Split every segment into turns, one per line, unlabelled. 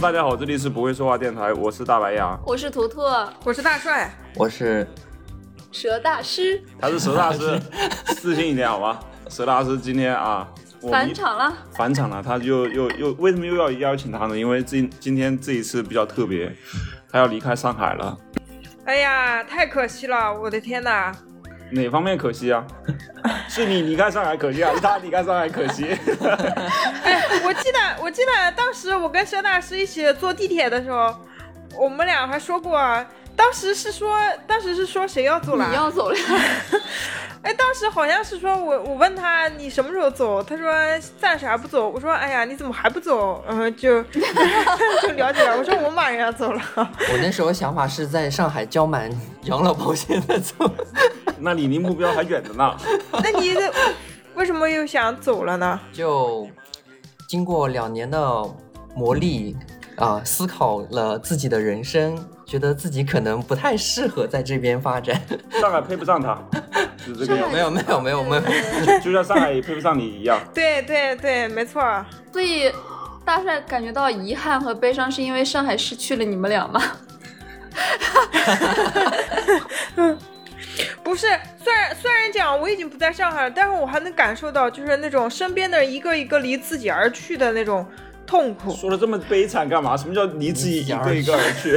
大家好，这里是不会说话电台，我是大白牙，
我是图图，
我是大帅，
我是
蛇大师
他是佘大师，自信一点好吗？佘大师今天啊，我们
返场了，
返场了，他又又又为什么又要邀请他呢？因为今今天这一次比较特别，他要离开上海了，
哎呀，太可惜了，我的天呐！
哪方面可惜啊？是你离开上海可惜，啊还是他离开上海可惜？
我记得，我记得当时我跟佘大师一起坐地铁的时候，我们俩还说过，啊，当时是说，当时是说谁要走
你
了？
要走了，
哎，当时好像是说我，我问他你什么时候走，他说暂时还不走。我说哎呀，你怎么还不走？嗯，就 就了解了。我说我马上要 走了。
我那时候想法是在上海交满养老保险再走，
那你离目标还远着呢。
那你这为什么又想走了呢？
就经过两年的磨砺啊、思考了自己的人生，觉得自己可能不太适合在这边发 展。
上海配不上他，是这个样
没有没有没有没有，
子，就像上海也配不上你一样。
对对对，没错。
所以大帅感觉到遗憾和悲伤，是因为上海失去了你们俩吗？
不是，虽然虽然讲我已经不在上海了，但是我还能感受到，就是那种身边的人一个一个离自己而去的那种痛苦。
说的这么悲惨干嘛？什么叫离自己一个一个而去？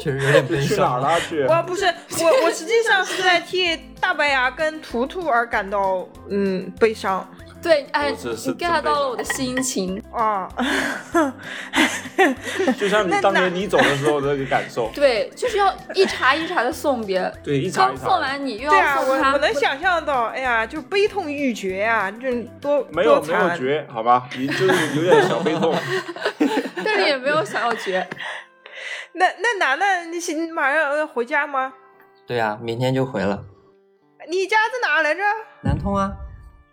确实有点悲
去哪
伤
儿。了去？
我不是我，我实际上是在替大白牙跟图图而感到嗯悲伤
对，哎，
我是是
你 get 到了我的心情。
啊。
就像你当年你走的时候的那个感受。
对，就是要一茬一茬的送别，
对，一茬
刚
一
送
茬的。
完你又
对啊，
要
我
送他，
我能想象到，哎呀，就悲痛欲绝啊，这多
没有
多
没有
惨。
绝，好吧，你就是有点小悲痛。
但是也没有想要绝。
那那楠楠，你是你马上要回家吗？
对啊，明天就回了。
你家在哪来着？
南通啊，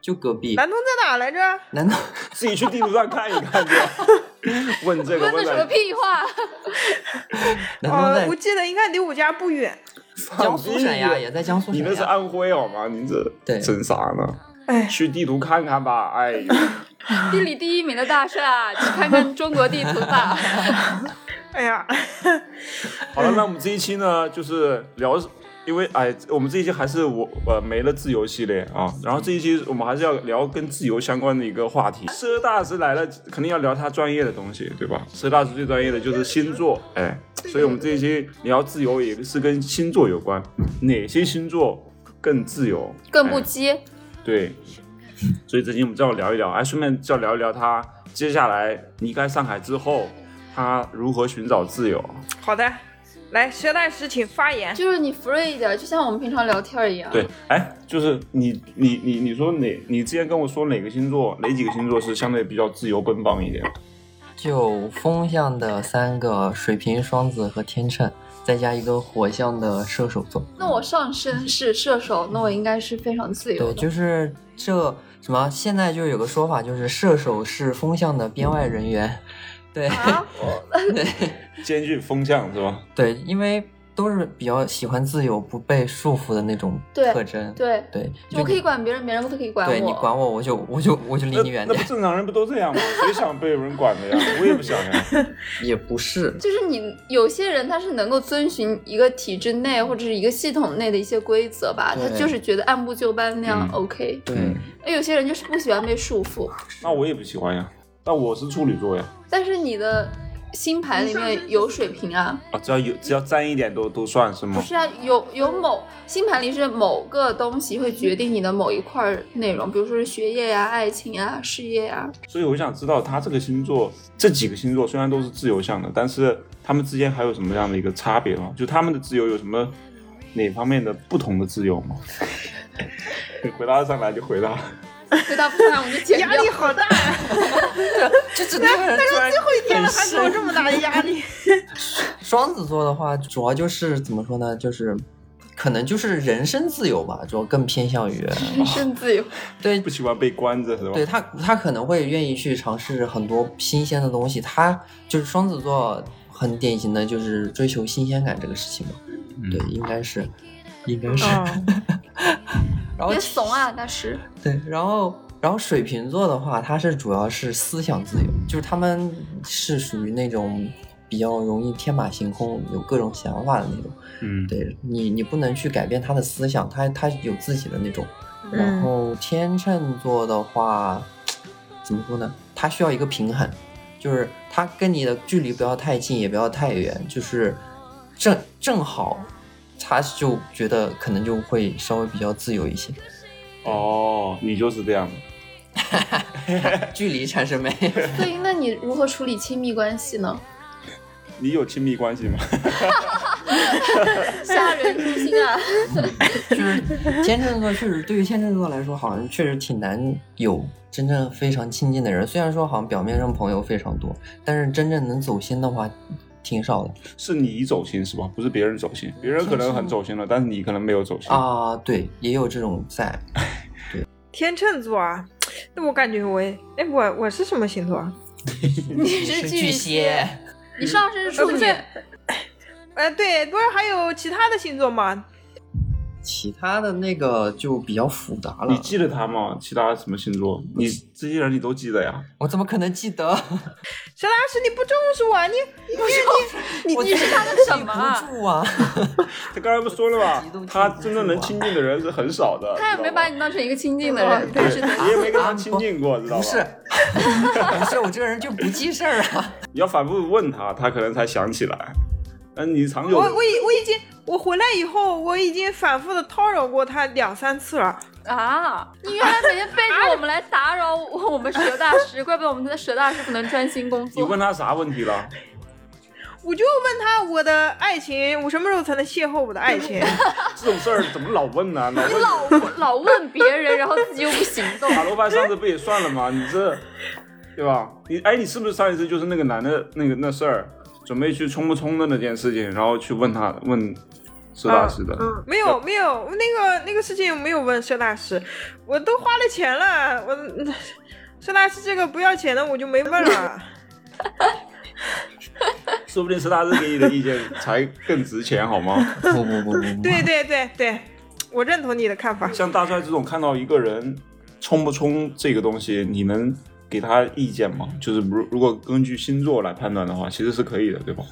就隔壁。
南通在哪来着？
南通，
自己去地图上看一看去。 问 这个
问的
问
什么
那个，
屁话？
南通
哦，
在
我记得应该离我家不远。
江苏省呀，也在江苏
啊你那
省
是
呀。
安徽好吗？你这
对
整啥呢？
哎，
去地图看看吧。哎呦，
地理第一名的 大帅，啊去看看中国地图吧。
哎呀，
好了，那我们这一期呢，就是聊，因为哎，我们这一期还是我呃没了自由系列啊，然后这一期我们还是要聊跟自由相关的一个话题。佘大师来了，肯定要聊他专业的东西，对吧？佘大师最专业的就是星座，哎，所以我们这一期聊自由也是跟星座有关，哪些星座更自由，
更不
哎
羁，
对，所以这期我们就要聊一聊，哎，顺便就要聊一聊他接下来离开上海之后，他如何寻找自由。
好的，来，佘大师请发言。
就是你 free 一点，就像我们平常聊天一样。
对，哎，就是你你你你说哪？你之前跟我说哪个星座，哪几个星座是相对比较自由奔放一点？
就风象的三个水瓶、双子和天秤，再加一个火象的射手座。
那我上身是射手，那我应该是非常自由
对，
的。
就是这什么，现在就有个说法，就是射手是风象的编外人员。 对、
啊，
兼具风向是吧？
对，因为都是比较喜欢自由、不被束缚的那种
对
特征。
对，
对，
就我可以
你
管别人，别人都可以管我。
对你管我，我就我就我就离
那
你远
那
点
不。 正常人不都这样吗？谁想被有人管的呀？我也不想呀。
也不是，
就是你有些人他是能够遵循一个体制内或者是一个系统内的一些规则吧，他
对
就是觉得按部就班那样
嗯
OK。
对
嗯，
那有些人就是不喜欢被束缚，
那我也不喜欢呀。但我是处女座呀，
但是你的星盘里面有水瓶啊，
啊，只要有只要沾一点都都算是
不
吗？
是啊，有有某星盘里是某个东西会决定你的某一块儿内容，比如说是学业呀、爱情呀、事业呀，
所以我想知道他这个星座，这几个星座虽然都是自由向的，但是他们之间还有什么样的一个差别吗？就他们的自由有什么哪方面的不同的自由吗？ 回答上来就回答。
回答不上来我们就剪掉
压。力好大呀！
这这突然突然
最后一天了，还
很
给我
深
这么大的压 力。
双子座的话，主要就是怎么说呢，就是可能就是人身自由吧，主要更偏向 于
人身自由，
对
不喜欢被关着是吧？
对他，他可能会愿意去尝试很多新鲜的东西。他就是双子座，很典型的就是追求新鲜感这个事情嘛。对，应该是，嗯应该是。
嗯，
然后
嗯别怂啊，大师！
对，然后然后水瓶座的话，他是主要是思想自由，就是他们是属于那种比较容易天马行空、有各种想法的那种。
嗯，
对你，你不能去改变他的思想，他他有自己的那种。然后天秤座的话，怎么说呢？他需要一个平衡，就是他跟你的距离不要太近，也不要太远，就是正正好，他就觉得可能就会稍微比较自由一些。
哦，你就是这样的。
距离产 生美，
所以那你如何处理亲密关系呢？
你有亲密关系吗？
吓人入心啊！
就是天秤座确实对于天秤座来说，好像确实挺难有真正非常亲近的人。虽然说好像表面上朋友非常多，但是真正能走心的话挺少的
是你走心是吧？不是别人走心，别人可能很走心了，但是你可能没有走心。
啊、对，也有这种在，
天秤座啊，那我感觉我也，哎，我我是什么星座啊？
你是巨蟹，，你上升是处女，
呃，对，不是还有其他的星座吗？
其他的那个就比较复杂
你
了。
记得他吗？其他什么星座？你这些人你都记得 呀？
我怎么可能记得？
沈老师，你不重视我，啊你你你你
我
你你是他们什么啊？
不住啊！
他刚才不说了
自己都
吗？
记
他
不住
真正能
啊
亲近的人是很少的。
他也
知道
没
吗
把你当成一个亲近的人，但 是
对，你啊也没跟他亲近过，知道
不
吧？
是，不 是，我这个人就不记事儿啊。
你要反复问他，他可能才想起来。那你长久
我我已我已经我回来以后，我已经反复的叨扰过他两三次了。
啊，你原来每天背着我们来打扰我我们蛇大师，怪不得我们的蛇大师不能专心工
你
作
问。他啥问题了？
我就问他我的爱情，我什么时候才能邂逅我的爱情？
这种事儿怎么老问呢、老
你
问。
老老问别人，然后自己又不行动。
塔罗牌上次不也算了吗？你这，对吧？你哎，你是不是上一次就是那个男的那个那事儿，准备去冲不冲的那件事情，然后去问他问是大师的？
嗯，没有没有，那个那个事情没有问佘大师，我都花了钱了，我 佘大师这个不要钱的我就没问 了。
说不定是大师给你的意 见才更值钱，好吗？
不不不不不，
对对对对，我认同你的看法。
像大帅这种看到一个人冲不冲这个东西，你能给他意见吗？就是如如果根据星座来判断的话，其实是可以的，对吧？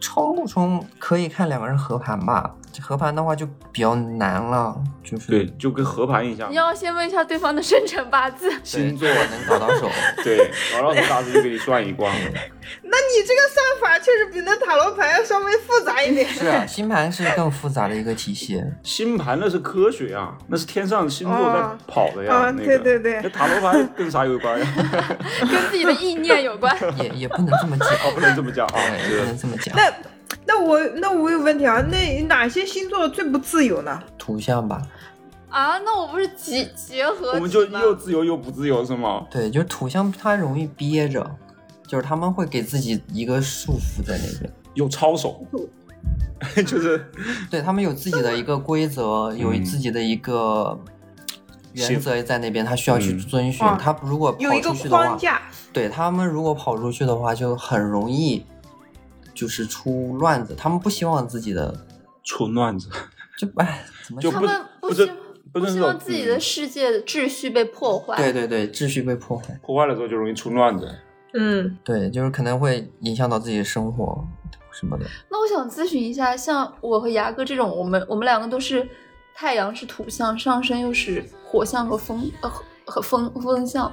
冲不冲可以看两个人合盘吧。这合盘的话就比较难了，就是
对，就跟合盘一下
你，要先问一下对方的生辰八字，
星座
对我能搞到手。
对，然后大师就给你算一卦。
那你这个算法确实比那塔罗牌要稍微复 杂一点。
是啊，星盘是更复杂的一个体系。
星盘那是科学啊，那是天上星座在
哦
跑的呀。
啊
那个、
对对对
那塔罗牌跟啥有关呀、
跟自己的意念有关。
也也不能这么讲，
哦，不能这么 讲啊，
对，也不
这个
能这么讲。
那那我那我有问题啊，那哪些星座最不自由呢？
图像吧，
啊，那我不是结结合
我们就
体吗
又自由又不自由是吗？
对，就是图像它容易憋着，就是他们会给自己一个束缚在那边。
有操守， 就是
对他们有自己的一个规则，有
嗯
自己的一个原则在那边，他需要去
嗯
遵循
哇。
他如果
有
跑
一个
出去的话
框，架，
对他们如果跑出去的话，就很容易就是出乱子。他们不希望自己的
纯乱子，
就哎怎么
就
说
他
不不
们希
是不
不
是
希
那
望
种嗯
自己的世界的秩序被破坏。
对对对，秩序被破坏，
破坏了之后就容易出乱子。
嗯，
对，就是可能会影响到自己的生活什么的。
那我想咨询一下，像我和牙哥这种，我们我们两个都是太阳是土象，上升又是火象和风呃和和风风象，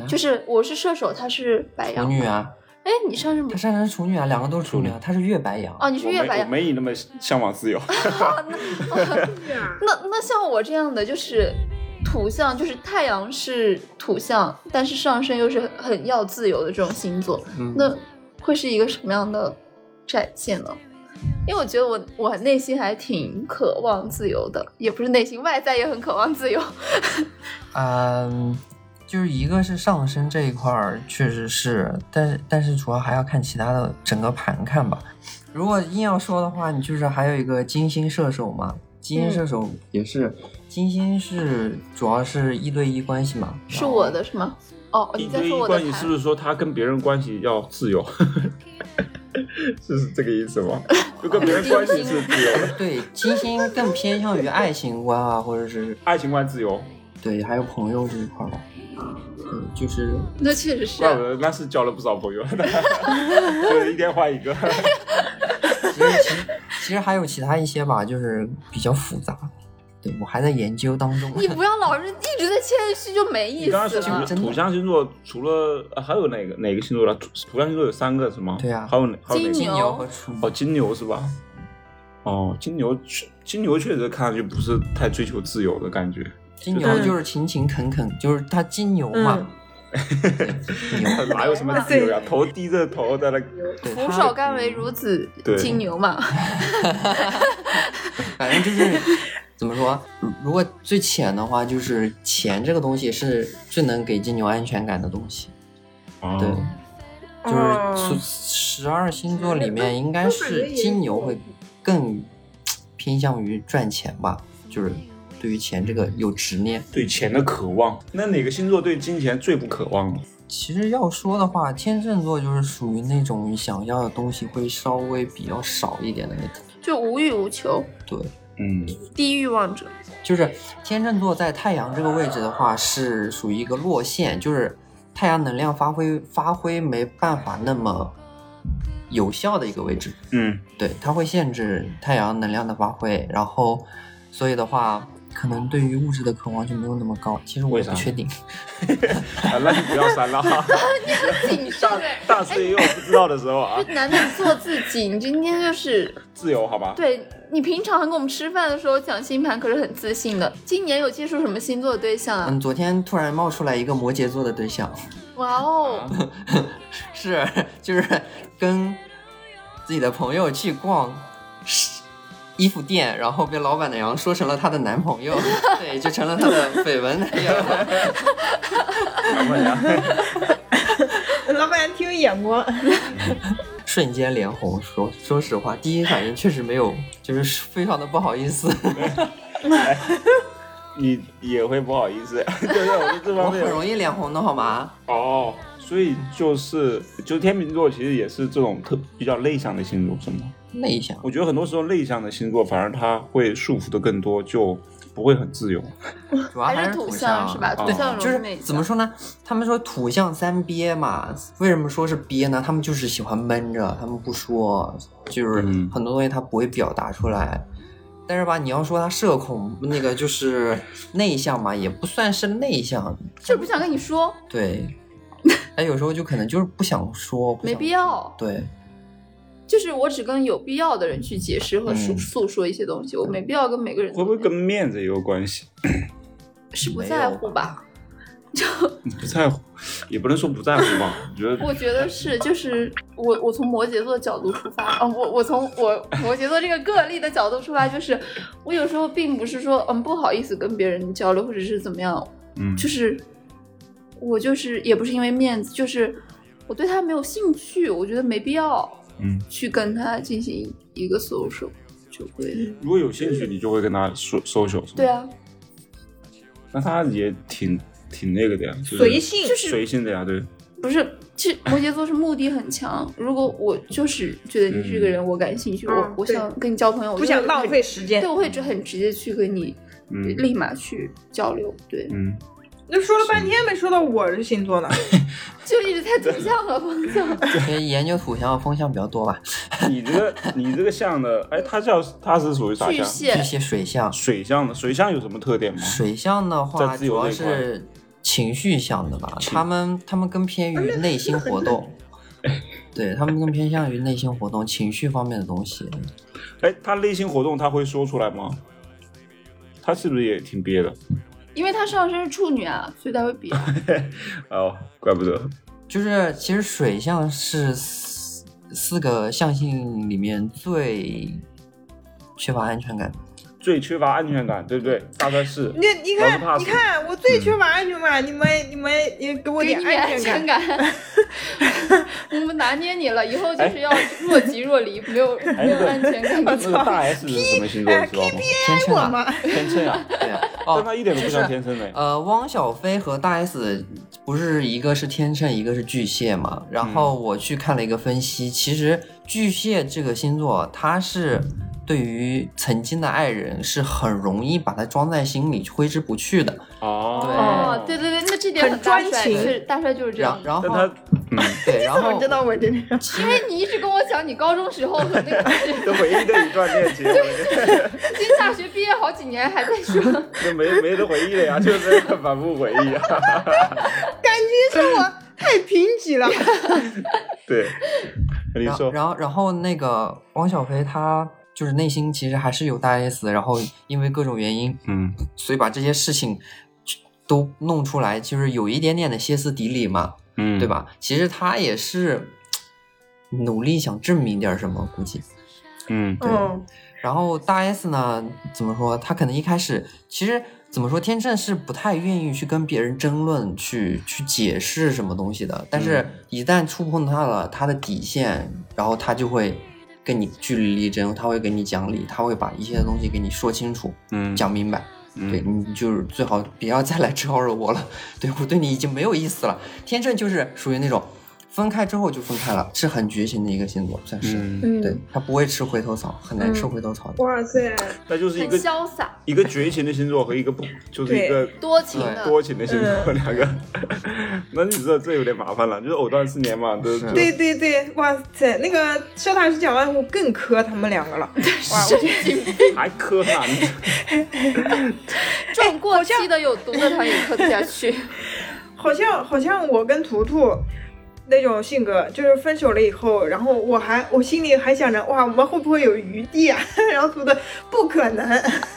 嗯
就是我是射手，他是白
处
羊。
女啊，
哎，你上升不
她？上升是处女啊，两个都是处女
处
啊，她是月白羊。
哦，你是
我
月
没
白
我
羊。
没你那么向往自由，
那那像我这样的就是土象，就是太阳是土象，但是上升又是很要自由的这种星座，
嗯
那会是一个什么样的展现呢？因为我觉得我我内心还挺渴望自由的，也不是内心，外在也很渴望自由。
嗯，就是一个是上升这一块儿，确实是，但是但是主要还要看其他的整个盘看吧。如果硬要说的话，你就是还有一个金星射手嘛，金星射手也是，金星是主要是一对一关系嘛，
是我的是吗？哦，
一
你在
对
说
一
我的
关系是
盘
不是说他跟别人关系要自由？ 是这个意思吗？就跟别人关系 是自由的，
对金星更偏向于爱情观啊，或者是
爱情观自由，
对，还有朋友这一块儿吧，嗯，就是
那确实是
怪不得那是交了不少朋友， 就是一天换一 个。
其实其实其实还有其他一些吧，就是比较复杂，对我还在研究当中。
你不要老是一直在谦虚，就没意
你
思
刚刚说
了。
土土象星座除了、呃还有哪个哪个星座了？土土象星座有三个是吗？
对啊
还有哪还有哪
金
个？
牛
牛和处女
哦，金牛是吧？哦，金牛确金牛确实看上去不是太追求自由的 感觉，
金
就
牛
是
就是嗯勤勤恳恳，就是他金牛嘛，对 牛，
哪有什么自由呀、头低着头在那，
对
俯
他
首甘为孺子
对
金牛嘛，
反正就是怎么说，如如果最浅的话，就是钱这个东西是最能给金牛安全感的东西。对，
哦，
就是
哦
十十二星座里面，应该是金牛会更偏向于赚钱吧，就是对于钱这个有执念。
对钱的渴望。那哪个星座对金钱最不渴望呢？
其实要说的话，天秤座就是属于那种想要的东西会稍微比较少一点的那种。
就无欲无求，
对，
嗯，
低欲望者。
就是天秤座在太阳这个位置的话，是属于一个落线，就是太阳能量发挥发挥没办法那么有效的一个位置。
嗯，
对，它会限制太阳能量的发挥，然后所以的话，可能对于物质的渴望就没有那么高。其实我
为
也
啥
不确定，
啊，那就不要删 了哈。
谨慎
大
哎，
大四也有不知道的时候啊
就，难得做自己。你今天就是
自由好吧？
对你平常跟我们吃饭的时候讲星盘，可是很自信的。今年有接触什么星座的对象啊？
嗯，昨天突然冒出来一个摩羯座的对象，
哇哦，
嗯
是就是跟自己的朋友去逛衣服店，然后被老板娘说成了她的男朋 友，对，就成了她的绯闻男友。
老板娘，
老板娘挺有眼光，
瞬间脸红，说说实话，第一反应确实没有，就是非常的不好意思。
你也会不好意思， 就是我觉得这
我
方
很
面
容易脸红的好吗？
哦，所以就是就是天秤座其实也是这种特比较内向的星座，是吗？
内向。
我觉得很多时候内向的星座反而他会束缚的更多，就不会很自由。
主要
还
是
是土
象
象是吧？
哦
土象
就
容易内
是怎
向
么。说呢？他们说土象三憋嘛，为什么说是憋呢？他们就是喜欢闷着，他们不说，就是
嗯
很多东西他不会表达出来。但是吧，你要说他社恐，那个就是内向嘛，也不算是内向，
就是不想跟你说，
对。他有时候就可能就是不想说，不
没
想
必。要。
对，
就是我只跟有必要的人去解释和诉
嗯
诉说一些东西，我没必要跟每个人
会不会跟面子也有关系？
是不
没
在
有
乎吧？
不在乎，也不能说不在乎吧。我觉得
我觉得是，就是我我从摩羯座的角度出发，嗯，我我从我摩羯座这个个例的角度出发，就是我有时候并不是说嗯不好意思跟别人交流或者是怎么样，
嗯，
就是我就是也不是因为面子，就是我对他没有兴趣，我觉得没必要
嗯，
去跟他进行一个 social，就
嗯
会
如果有兴趣，你就会跟他说 social 是吗
对，啊，
那他也挺挺那个的呀，就是
随性
就是
随性的呀，对。
不是，其实摩羯座是目的很强。如果我就是觉得你这个人我感兴趣，
嗯
我我
对
想跟你交朋友，我
不
就
想
会
浪
很
费时间
对，。我会直很直接去跟你
嗯
立马去交流，对，
嗯，
那说了半天没说到我这星座呢，
就一直在土象和风象。
所以研究土象风象比较多吧，
你这个你这个象的，哎，他叫他是属于啥
巨
象？
巨
蟹，
蟹、水象。
水象的，水象有什么特点吗？
水象的
嗯在
话，
自
主
由
要
那一块
是情绪向的吧，他们他们更偏
啊
于内心活动， 对他们更偏向于内心活动、情绪方面的东西。
哎，他内心活动他会说出来吗？他是不是也挺憋的？
因为他上身是处女啊，所以他会比啊
哦，怪不得。
就是其实水象是四四个象性里面最缺乏安全感的。
哎
最缺乏安全感，对不对？大概是
你你
我不怕
看
死
你看我最缺乏安全感，你们你们也给我
给
点
你
安
安
全
全
感。
感。我们拿捏你了，以后就是要若即若离，没有没有
哎对
安全感的
那个大 S 是什么星座，你知道吗？
天秤
我
啊，
吗？
天秤啊，
对啊，
但
哦，
他一点都不
就
像
是
天秤哎嘞。
呃，汪小菲和大 S 不是一个是天秤，一个是巨蟹嘛。
嗯
然后我去看了一个分析，其实巨蟹这个星座，它是对于曾经的爱人是很容易把它装在心里挥之不去的。
哦
哦，，对，对对，那这点
很
很大
专
帅
情
是大帅就是这
然
样。
然后
但他嗯
对，然后
我知道 我这边
其
因
实
为你一直跟我讲你高中时候和那个，
这回忆的一段恋情，
今大学毕业好几年还在说，
这没没得回忆了呀，就是反复回 忆啊。
感觉是我太贫瘠 了。
对，你
然
说，
然后然后那个汪小菲他就是内心其实还是有大 S，然后因为各种原因，
嗯，
所以把这些事情都弄出来，就是有一点点的歇斯底里嘛，
嗯
对？吧？其实他也是努力想证明点儿什么，估计。
嗯
嗯，
然后大 S 呢，怎么说？他可能一开始其实怎么说，天正是不太愿意去跟别人争论、去去解释什么东西的。但是
嗯，
一旦触碰到了他的底线，然后他就会跟你据理力争，他会跟你讲理，他会把一些东西给你说清楚、
嗯
讲明白。对，你就是最好不要再来招惹我了，对我对你已经没有意思了。天正就是属于那种分开之后就分开了，是很绝情的一个星座，算是。
嗯，
嗯
对，他不会吃回头草，很难吃
嗯
回头草的。
哇塞，
那就是一
很
个
潇洒，
一个绝情的星座和一个不就是一个
多情
对
的。
多情的星
嗯
座两个， 那你这这有点麻烦了，就是藕断丝连嘛，对
嗯
是
对对对，哇塞，那个肖大师讲完，我更磕他们两个了。 哇，我觉
还磕呢， 你
撞过期的有毒的，他也喝不下去。
得好像好像我跟图图。那种性格就是分手了以后，然后我还我心里还想着哇，我们会不会有余地啊？ 然后图图不可能，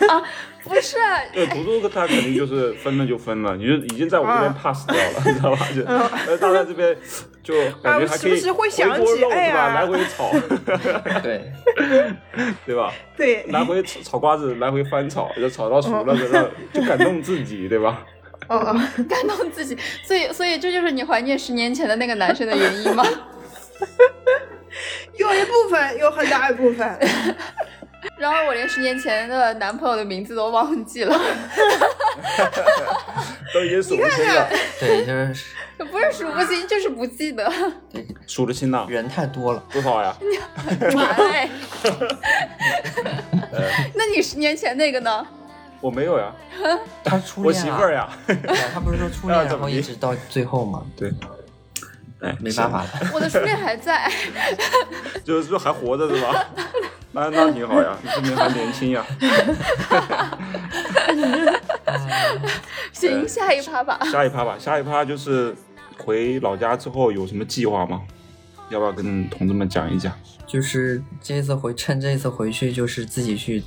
不是，啊
对图图他肯定就是分了就分了，你就已经在我这边
啊
pass 掉 了，你知道吧？就呃大家这边就感觉还可以
嗯啊我时不时会想起
回锅肉
哎
是吧？
呀
来回炒，
对，
对吧？
对，
来回炒炒瓜子，来回翻炒，就炒到熟
嗯
了，在那就感动自己，对吧？
哦哦，
感动自己，所以所以这就是你怀念十年前的那个男生的原因吗？
有一部分，有很大一部分，
然而我连十年前的男朋友的名字都忘记了，
都已经数不清了，
对，就是
不是数不清，就是不记得。
数得清了
人太多了。
多少呀？
哎，那你十年前那个呢？
我没有呀，
他初
我
恋、啊、
媳妇儿呀。
对，他不是说初
那
恋，
怎
然
么
后
地
一直到最后嘛？
对，哎，
没办法了。
我的初恋还在，
行，就是说还活着是吧？ 那那挺好呀，说明还年轻呀。
行，下一趴吧。
下一趴 吧，下一趴就是回老家之后有什么计划吗？要不要跟同志们讲一讲？
就是这次回，趁这次回去，就是自己去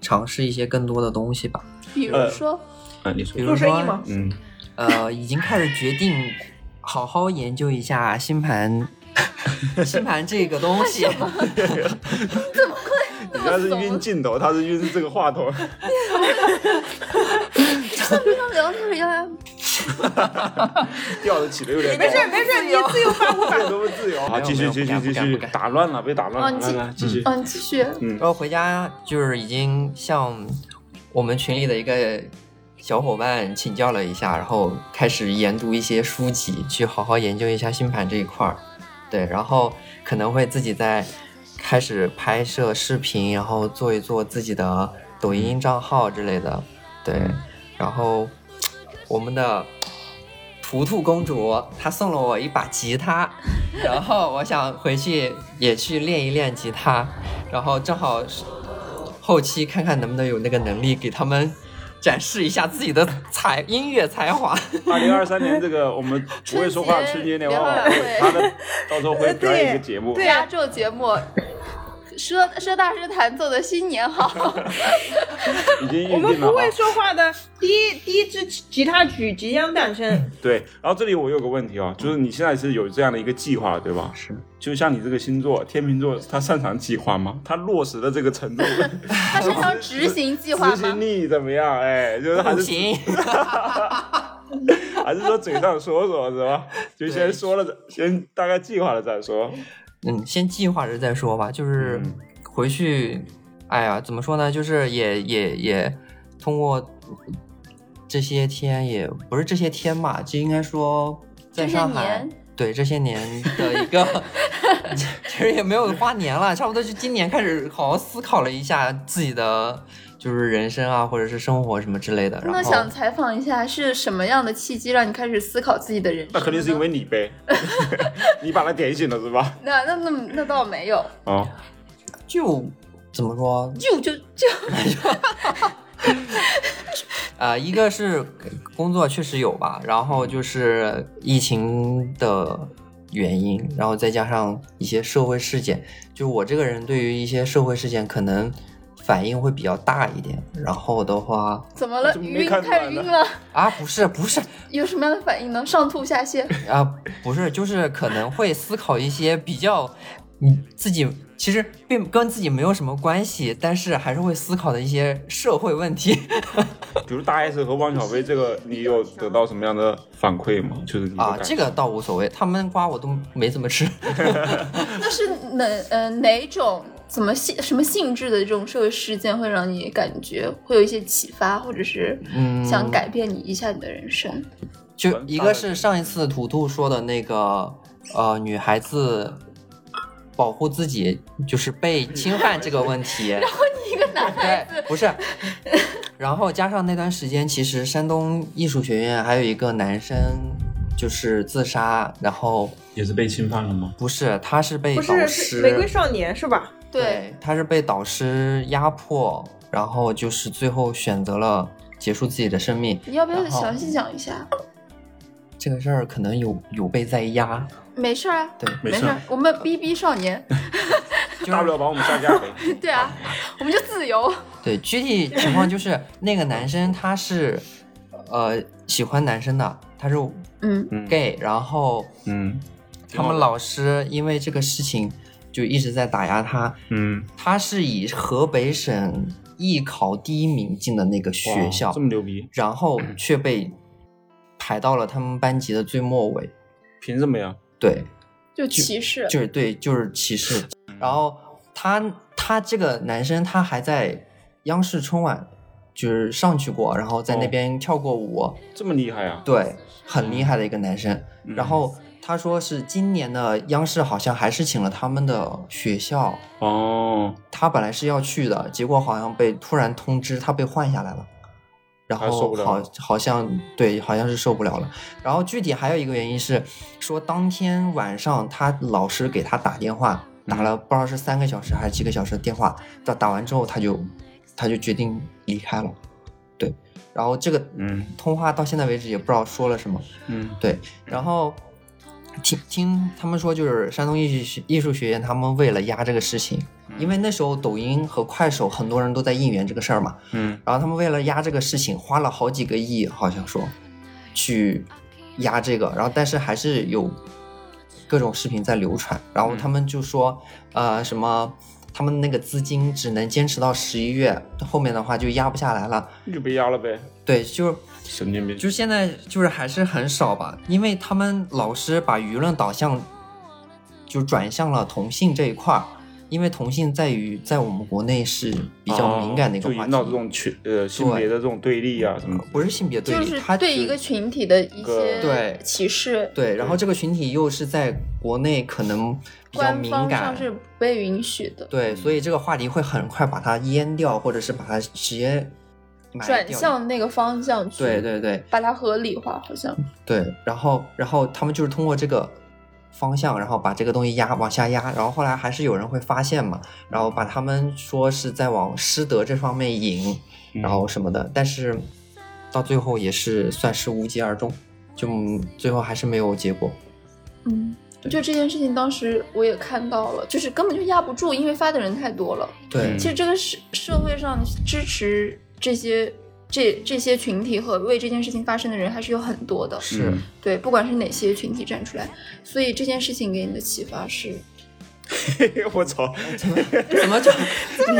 尝试一些更多的东西吧。
比如说，
嗯，你
比
说，
如
做生意
说
吗，
嗯，
呃，已经开始决定好好研究一下星盘， 星盘这个东西。
你那是晕镜头，他是晕这个话 筒。
上面上聊天一样，
吊的起的有点高
没事没事，你自由发挥吧。
多么自由。好，
没有
继续
没有
继
不
续
敢
继
不敢
续
不，敢
打乱了，被打乱
哦
了，
你
来来，继续。
嗯，你继续。
然后回家就是已经向我们群里的一个小伙伴请教了一下，然后开始研读一些书籍，去好好研究一下星盘这一块儿。对，然后可能会自己再开始拍摄视频，然后做一做自己的抖音账号之类的。对，然后我们的图图公主她送了我一把吉他，然后我想回去也去练一练吉他，然后正好是后期看看能不能有那个能力给他们展示一下自己的才音乐才华。
二零二三年这个我们不会说话春节联欢晚会，他的到时候会表演一个节目。
对
压轴啊节目，佘佘大师弹奏的《新年好》
已经
我
预
们
定了
不
啊
会。说话的第一第一支吉他曲即将诞生。
对，然后这里我有个问题啊，就是你现在是有这样的一个计划，对吧？
是，
就像你这个星座，天秤座，他擅长计划吗？他落实的这个程度，
他擅长执行计划
执
吗
行？力怎么样？哎，就是还
不
是
行，
还是说嘴上说说是吧？就先
对
说了，先大概计划了再说。
嗯，先计划着再说吧。就是
嗯
回去，哎呀，怎么说呢？就是也也也通过这些天也，不是这些天吧，就应该说在
这些
上海
年，
对这些年的一个其实也没有花年了，差不多就今年开始好好思考了一下自己的就是人生啊，或者是生活什么之类的。然
那
后
想采访一下，是什么样的契机让你开始思考自己的人生
那
呢？
肯定是因为你呗， 你把他点醒了是吧？
那那那那倒没有，
啊，
就怎么说
就就就
啊、呃一个是工作确实有吧，然后就是疫情的原因，然后再加上一些社会事件，就我这个人对于一些社会事件可能反应会比较大一点。然后的话
怎么了？
怎么没
晕
看出来
太
呢
晕了，
啊，不是不是
有什么样的反应呢？上吐下泻，
啊，不是，就是可能会思考一些比较你自己其实并跟自己没有什么关系，但是还是会思考的一些社会问题
比如大 S 和汪小菲这个，你有得到什么样的反馈吗？就是你的
啊，
感
这个倒无所谓，他们瓜我都没怎么吃。
那是哪呃哪种怎么性什么性质的这种社会事件会让你感觉会有一些启发，或者是
嗯
想改变你一下你的人生？
就一个是上一次图图说的那个，呃，女孩子保护自己就是被侵犯这个问题，
一个男孩
对
子，，
不是。然后加上那段时间，其实山东艺术学院还有一个男生就是自杀，然后
也是被侵犯了吗？
不是，他是被
不
导
是
师
是玫瑰少年是吧？
对，
他是被导师压迫，然后就是最后选择了结束自己的生命。
你要不要
然后
详细讲一下？
这个事儿可能有有被在压，
没事儿啊，
对，
没
没
事
事
儿
儿，，我们 B B 少年，
就是
大不了把我们下架呗。
对啊，我们就自由。
对，具体情况就是那个男生他是，呃，喜欢男生的，他是
嗯，
嗯
gay，然后
嗯
他们老师因为这个事情就一直在打压他，
嗯，
他是以河北省艺考第一名进的那个学
哇
校
这，么牛逼，
然后却被排到了他们班级的最末尾，
凭什么呀？
对，
就歧视，
就是对，就是歧视。
嗯
然后他他这个男生他还在央视春晚就是上去过，然后在那
哦
边跳过舞，
这么厉害啊？
对，很厉害的一个男生。
嗯
然后他说是今年的央视好像还是请了他们的学校，
哦，
他本来是要去的，结果好像被突然通知他被换下来了。然
他受
后
不了
好
了
好像对，好像是受不了了。然后具体还有一个原因是，说当天晚上他老师给他打电话，
嗯
打了不知道是三个小时还是几个小时的电话，打打完之后他就他就决定离开了。对，然后这个
嗯
通话到现在为止也不知道说了什么。
嗯
对，然后听听他们说，就是山东艺术学艺术学院，他们为了压这个事情，因为那时候抖音和快手很多人都在应援这个事儿嘛，
嗯，
然后他们为了压这个事情，花了好几个亿，好像说去压这个，然后但是还是有各种视频在流传，然后他们就说，呃，什么。他们那个资金只能坚持到十一月，后面的话就压不下来了。
那就被压了呗，
对，就是
神经病。
就现在就是还是很少吧，因为他们老师把舆论导向就转向了同性这一块儿，因为同性在于在我们国内是比较敏感的一个
哦就
话题，嗯
引导这种群呃性别的这种对立啊什么的。
不是性别对
就
立，
是
他
对一个群体的一些
对
歧视，
对，然后这个群体又是在国内可能比较
官
敏
方上
感，
是不被允许的，
对，所以这个话题会很快把它淹掉，或者是把它直接埋
转
掉
向那个方向去，
对，对对，
把它合理化，好像
对，然后然后他们就是通过这个方向，然后把这个东西压往下压，然后后来还是有人会发现嘛，然后把他们说是在往师德这方面引，
嗯
然后什么的，但是到最后也是算是无疾而终，就最后还是没有结果。
嗯。就这件事情，当时我也看到了，就是根本就压不住，因为发的人太多了。
对，
其实这个社社会上支持这些这这些群体和为这件事情发声的人还是有很多的，
是
嗯
对，不管是哪些群体站出来，所以这件事情给你的启发是，
嗯 我操，
怎么 就怎么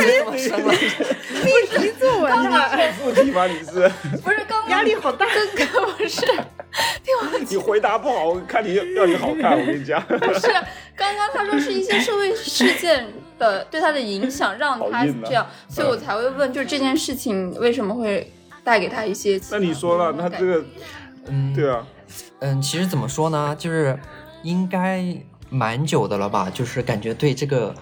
这么深了？
你作文啊，
我提吧你是，
不是刚刚
压力好大。
刚刚不是
你回答不好，我看你要你好看，我跟 你讲。
不是刚刚他说是一些社会事件的对他的影响让他
好硬啊
这样，所以我才会问，就是这件事情为什么会带给他一些启发？
那你说了，那这个
嗯，
对啊，
嗯，其实怎么说呢，就是应该蛮久的了吧，就是感觉对这个。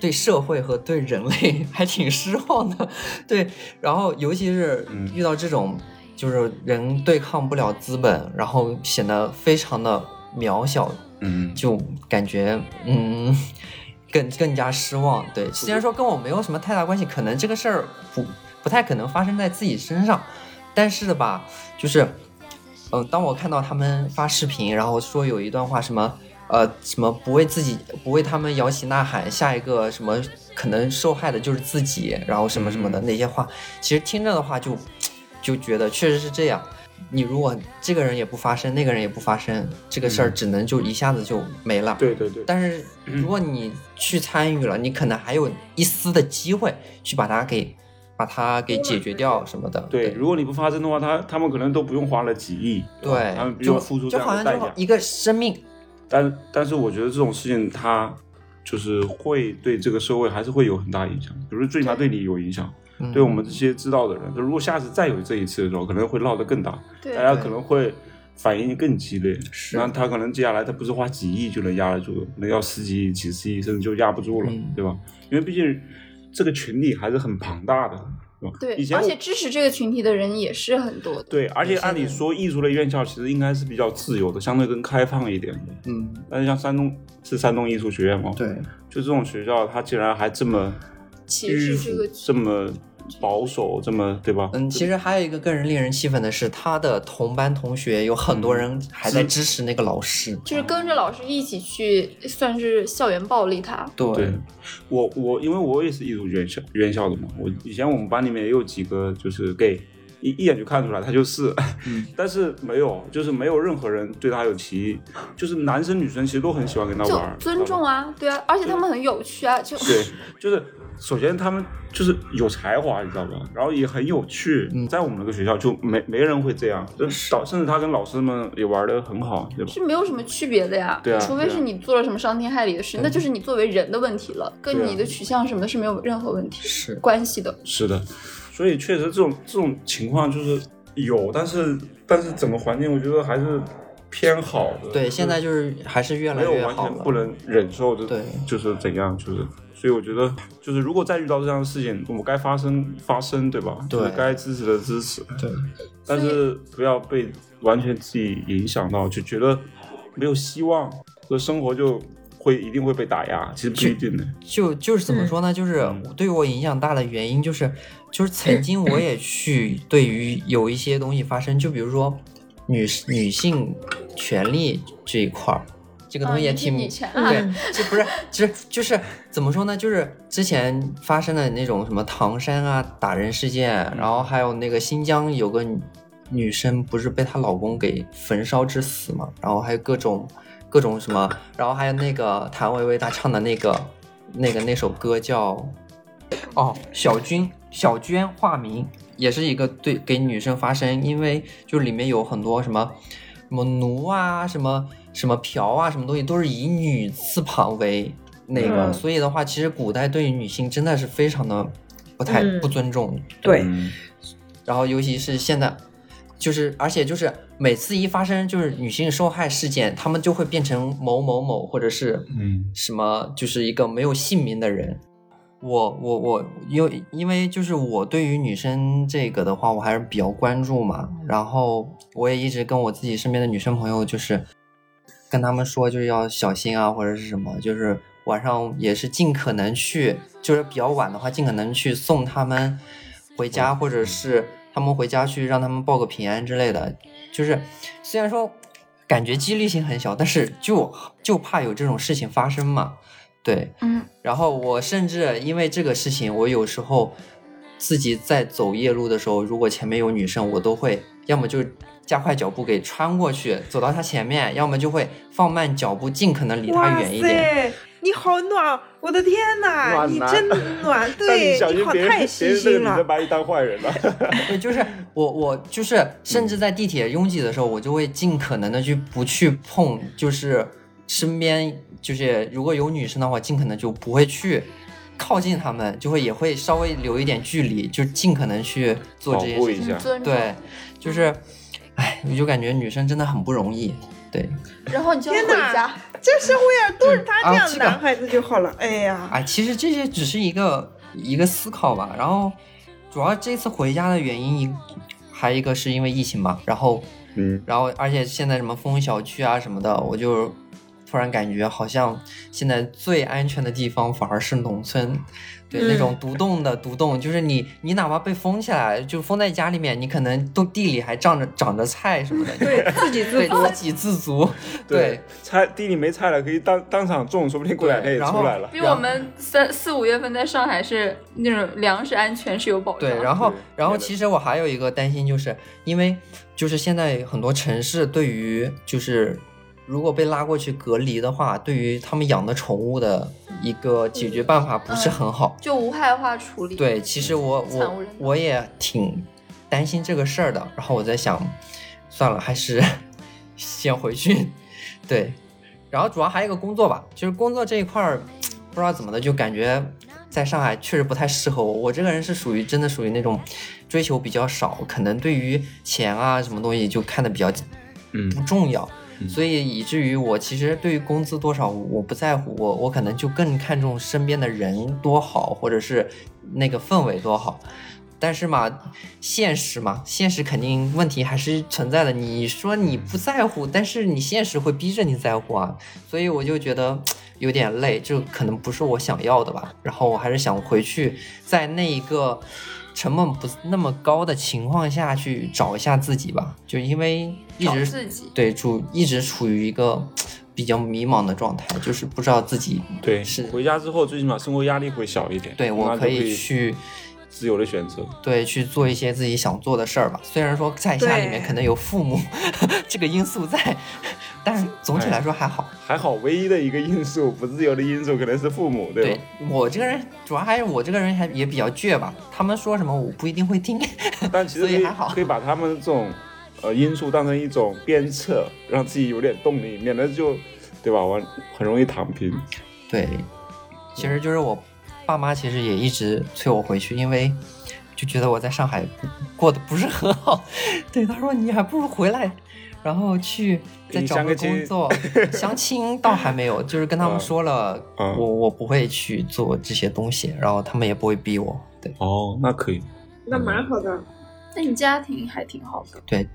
对社会和对人类 还挺失望的，对，然后尤其是遇到这种，就是人对抗不了资本，然后显得非常的渺小，
嗯，
就感觉嗯，更更加失望。对，虽然说跟我没有什么太大关系，可能这个事儿不不太可能发生在自己身上，但是吧，就是嗯，当我看到他们发视频，然后说有一段话什么。呃，什么不为自己，不为他们摇旗呐喊，下一个什么可能受害的就是自己，然后什么什么的那些话，其实听着的话就就觉得确实是这样。你如果这个人也不发声，那个人也不发声，这个事儿只能就一下子就没了。
嗯对对嗯对。
但是如果你去参与了，你可能还有一丝的机会去把它给把它给解决掉什么的。
对，如果你不发声的话，他他们可能都不用花了几亿，
对，
他们不
就
用付出
就
这样
好
的
像
代
就
价。
一个生命，
但但是我觉得这种事情，它就是会对这个社会还是会有很大影响，比如最起码对你有影响，
嗯
对我们这些知道的人，就如果下次再有这一次的时候，可能会闹得更大，
对
大家可能会反应更激烈。
是
那他可能接下来他不是花几亿就能压得住，可能要十几亿、几十亿，甚至就压不住了，
嗯
对吧？因为毕竟这个群体还是很庞大的，对吧？
对
以，前
而
我
且支持这个群体的人也是很多的。
对，而且
有些
按理
人
说艺术类院校其实应该是比较自由的，相对更开放一点的。
嗯，
但是像山东是山东艺术学院吗？
对，
就这种学校，它竟然还这么
歧
迂
视
腐
这个，
这么保守，这么对吧？
嗯，其实还有一个更令人气愤的是，他的同班同学有很
嗯
多人还在支持那个老师。
就是跟着老师一起去，算是校园暴力他。
对
对我我因为我也是艺术院校院校的嘛，我以前我们班里面也有几个就是 gay，一一眼就看出来他就是，
嗯
但是没有就是没有任何人对他有歧义，就是男生女生其实都很喜欢跟他
就
玩儿，
尊重啊，对啊，而且他们很有趣啊，就
对，就是首先他们就是有才华，你知道吧？然后也很有趣，
嗯
在我们那个学校就没没人会这样，就是导甚至他跟老师们也玩的很好，对吧？
是没有什么区别的呀。
对啊嗯
除非
对啊
是你做了什么伤天害理的事，那就是你作为人的问题了，跟
啊
你的取向什么的是没有任何问题
是
关系的。
是的，所以确实这种这种情况就是有，但是但是整个环境我觉得还是偏好的。
对，
就是
现在就是还是越
没
来
有
越
完
好
全不
了。
能忍受的，
对
就是怎样，就是。所以我觉得，就是如果再遇到这样的事情，我们该发声发声，对吧？
对
就是该支持的支持。
对，
但是不要被完全自己影响到，就觉得没有希望，这生活就会一定会被打压。其实不一定的，
就就是怎么说呢？就是对我影响大的原因就是，就是曾经我也去对于有一些东西发生，就比如说女女性权利这一块儿，这个东西也
啊
挺
你前啊，
对，这不是，这就是怎么说呢？就是之前发生的那种什么唐山啊打人事件，然后还有那个新疆有个女女生不是被她老公给焚烧致死嘛，然后还有各种各种什么，然后还有那个谭维维她唱的那个那个那首歌叫哦小军小娟化名，也是一个对给女生发声，因为就里面有很多什么什么奴啊，什么什么嫖啊，什么东西都是以女字旁为那个，
嗯
所以的话，其实古代对于女性真的是非常的不太、
嗯
不尊重。
对，
嗯
然后尤其是现在，就是而且就是每次一发生就是女性受害事件，他们就会变成某某某或者是
嗯
什么，就是一个没有姓名的人。我我我，因为因为就是我对于女生这个的话，我还是比较关注嘛。然后我也一直跟我自己身边的女生朋友，就是跟他们说，就是要小心啊，或者是什么，就是晚上也是尽可能去，就是比较晚的话，尽可能去送他们回家，或者是他们回家去让他们报个平安之类的。就是虽然说感觉几率性很小，但是就就怕有这种事情发生嘛，对。
嗯，
然后我甚至因为这个事情，我有时候自己在走夜路的时候，如果前面有女生，我都会要么就加快脚步给穿过去，走到她前面，要么就会放慢脚步，尽可能离她
哇
远一点。
塞，你好暖，我的天哪，
暖
你
男
真暖，
但你
对
小心
好
别人
太
别
细
人那个
心
女生
了。
把你当坏人了。
对，就是我我就是甚至在地铁拥挤的时候，我就会尽可能的去不去碰，就是身边就是如果有女生的话，尽可能就不会去。靠近她们，就会也会稍微留一点距离，就尽可能去做这些
保护
事
一
情
下。
尊重。
对，就是，哎，我就感觉女生真的很不容易。对，
然后你就要
天
回
哪
家，
这社会上都
嗯
是他这
啊
样的
这个
男孩子就好了。哎呀，
哎，其实这些只是一个一个思考吧。然后，主要这次回家的原因一，还一个是因为疫情嘛。然后，
嗯，
然后而且现在什么封小区啊什么的，我就突然感觉好像现在最安全的地方反而是农村。对，
嗯
那种独栋的独栋，就是你你哪怕被封起来，就封在家里面，你可能都地里还长着长着菜什么的。
对自给自
对，
足
自，给自足。对，，
菜地里没菜了，可以当当场种，说不定过两天也
对然
出
后
来了。
比我们三四五月份在上海是那种粮食安全是有保障。
对，然后
对，
然后
对的
其实我还有一个担心，就是因为就是现在很多城市对于就是如果被拉过去隔离的话，对于他们养的宠物的一个解决办法不是很好。
就无害化处理。，嗯
对，其实我
惨无
我
人道
我也挺担心这个事儿的。然后我在想，算了，还是 先回去。对，然后主要还有一个工作吧，就是工作这一块儿，不知道怎么的，就感觉在上海确实不太适合我。我这个人是属于真的属于那种追求比较少，可能对于钱啊什么东西就看得比较
嗯
不重要。所以以至于我其实对于工资多少我不在乎，我我可能就更看重身边的人多好，或者是那个氛围多好。但是嘛，现实嘛，现实肯定问题还是存在的。你说你不在乎，但是你现实会逼着你在乎啊，所以我就觉得有点累，就可能不是我想要的吧。然后我还是想回去，在那一个成本不那么高的情况下去找一下自己吧，就因为一
找
直
自己
对处一直处于一个比较迷茫的状态，就是不知道自己
对，
是
回家之后最起码生活压力会小一点，
对
那
我
就
可
可
以去
自由的选择。
对，去做一些自己想做的事儿吧。虽然说在家里面
对
可能有父母 这个因素在，但是总体来说还好。
还好，唯一的一个因素不自由的因素可能是父母，对
对
吧？
我这个人，主要还是我这个人还也比较倔吧。他们说什么我不一定会听。
但其实可
所
以
以还好
可以把他们这种呃因素当成一种鞭策，让自己有点动力，免得就对吧？我很容易躺平。
嗯对，其实就是我爸妈其实也一直催我回去，因为就觉得我在上海过得不是很好。 对，他说你还不如回来，然后去再
给你
找
相
个
个
工
亲
作。相亲倒还没有，就是跟他们说了，
嗯嗯
我我不会去做这些东西，然后他们也不会逼我。对
哦，那可以。
那蛮好的。
那你家庭还挺好的。
对，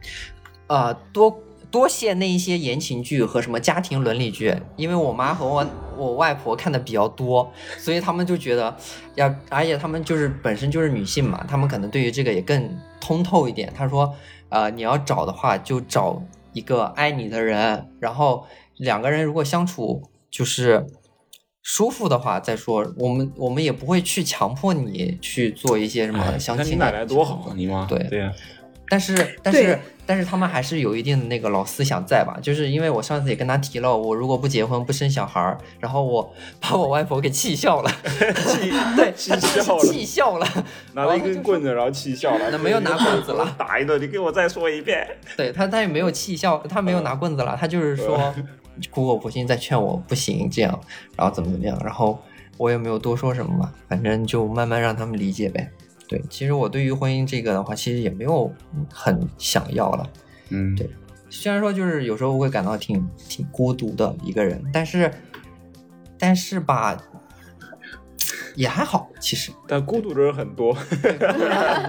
啊、多。多谢那一些言情剧和什么家庭伦理剧，因为我妈和我我外婆看的比较多，所以他们就觉得要，而且他们就是本身就是女性嘛，他们可能对于这个也更通透一点。她说，呃，你要找的话就找一个爱你的人，然后两个人如果相处就是舒服的话再说，我们我们也不会去强迫你去做一些什么
哎
嗯相
那
亲
你
的
奶奶多好，你妈。
对
对呀、
但是但
对
是但是他们还是有一定的那个老思想在吧？就是因为我上次也跟他提了，我如果不结婚不生小孩儿，然后我把我外婆给气笑了，
气
对，
气 笑了，
气笑了，
拿了一根棍子，然后气笑了。
那没有拿棍子了，
打一顿，你给我再说一遍。
对他他也没有气笑，他没有拿棍子了，他就是说
嗯
苦口婆心在劝我不行这样，然后怎么怎么样，然后我也没有多说什么嘛，反正就慢慢让他们理解呗。对，其实我对于婚姻这个的话，其实也没有很想要了。
嗯
对虽然说就是有时候会感到挺挺孤独的一个人，但是但是吧，也还好，其实
但孤独的人很多。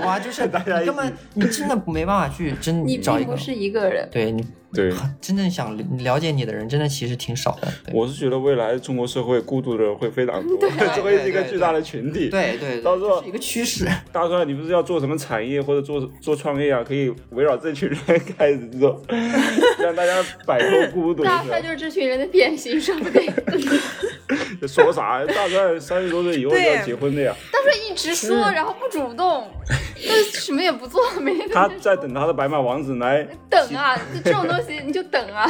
哇，就是
大家一
你根本你真的没办法去真
你
找一
并
个
不，是一个人，
对你
对，
真正想了解你的人，真的其实挺少的。对
我是觉得未来中国社会孤独的人会非常多，这会是一个巨大的群体。
对对，对
到时候
这是一个趋势。
大帅，你不是要做什么产业或者做做创业啊？可以围绕这群人 开始做，让大家摆脱孤独。
大帅就是这群人的典型，说 不定。
说啥？大帅三十多岁以后就要结婚的呀，
大帅一直说，然后不主 动，那什么也不做，每天
他
都是
在等他的白马王子来。
等 啊，就这种东西你就等啊。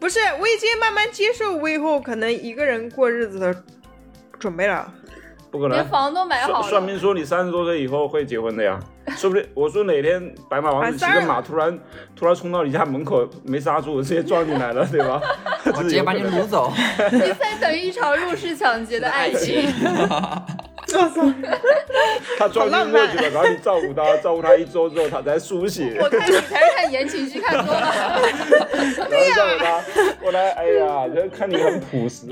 不是，我已经慢慢接受我以后可能一个人过日子的准备了。
不可能
连，房都买好
算算
了，
命说你三十多岁以后会结婚的呀， 说不定我说哪天白马王子骑着马突然突然冲到你家门口没刹住，直接撞进来了，对吧？
我直接把你掳走，
你在等一场入室抢劫的爱情。
我操！
他装进墨去了，然后你照顾他，照顾他一周之后他才苏醒，
我看你才是看言情剧看多了，
然后照顾他，后来哎呀，人看你很朴实，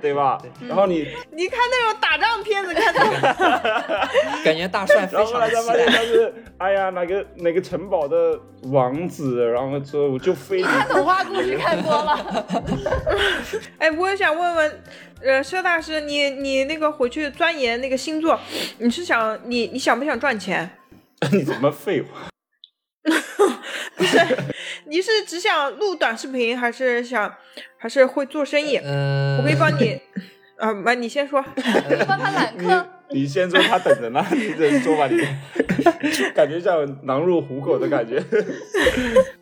对 吧？然后你，
你看那种打仗片子看的，
感觉大帅非
然后后
常
来
的
才发
期
现
待。
他是哎呀哪个哪个城堡的王子，然后说我就非你。
看童话故事看多了。
哎，我也想问问，呃，佘大师，你你那个回去钻研那个星座，你是想你你想不想赚钱？
你怎么废话？
你是只想录短视频，还是想还是会做生意？
嗯，
我可以帮你，啊，不，你先说。
你帮他揽
你
客，
你先说他等着呢，你先说吧，你感觉像狼入虎口的感觉。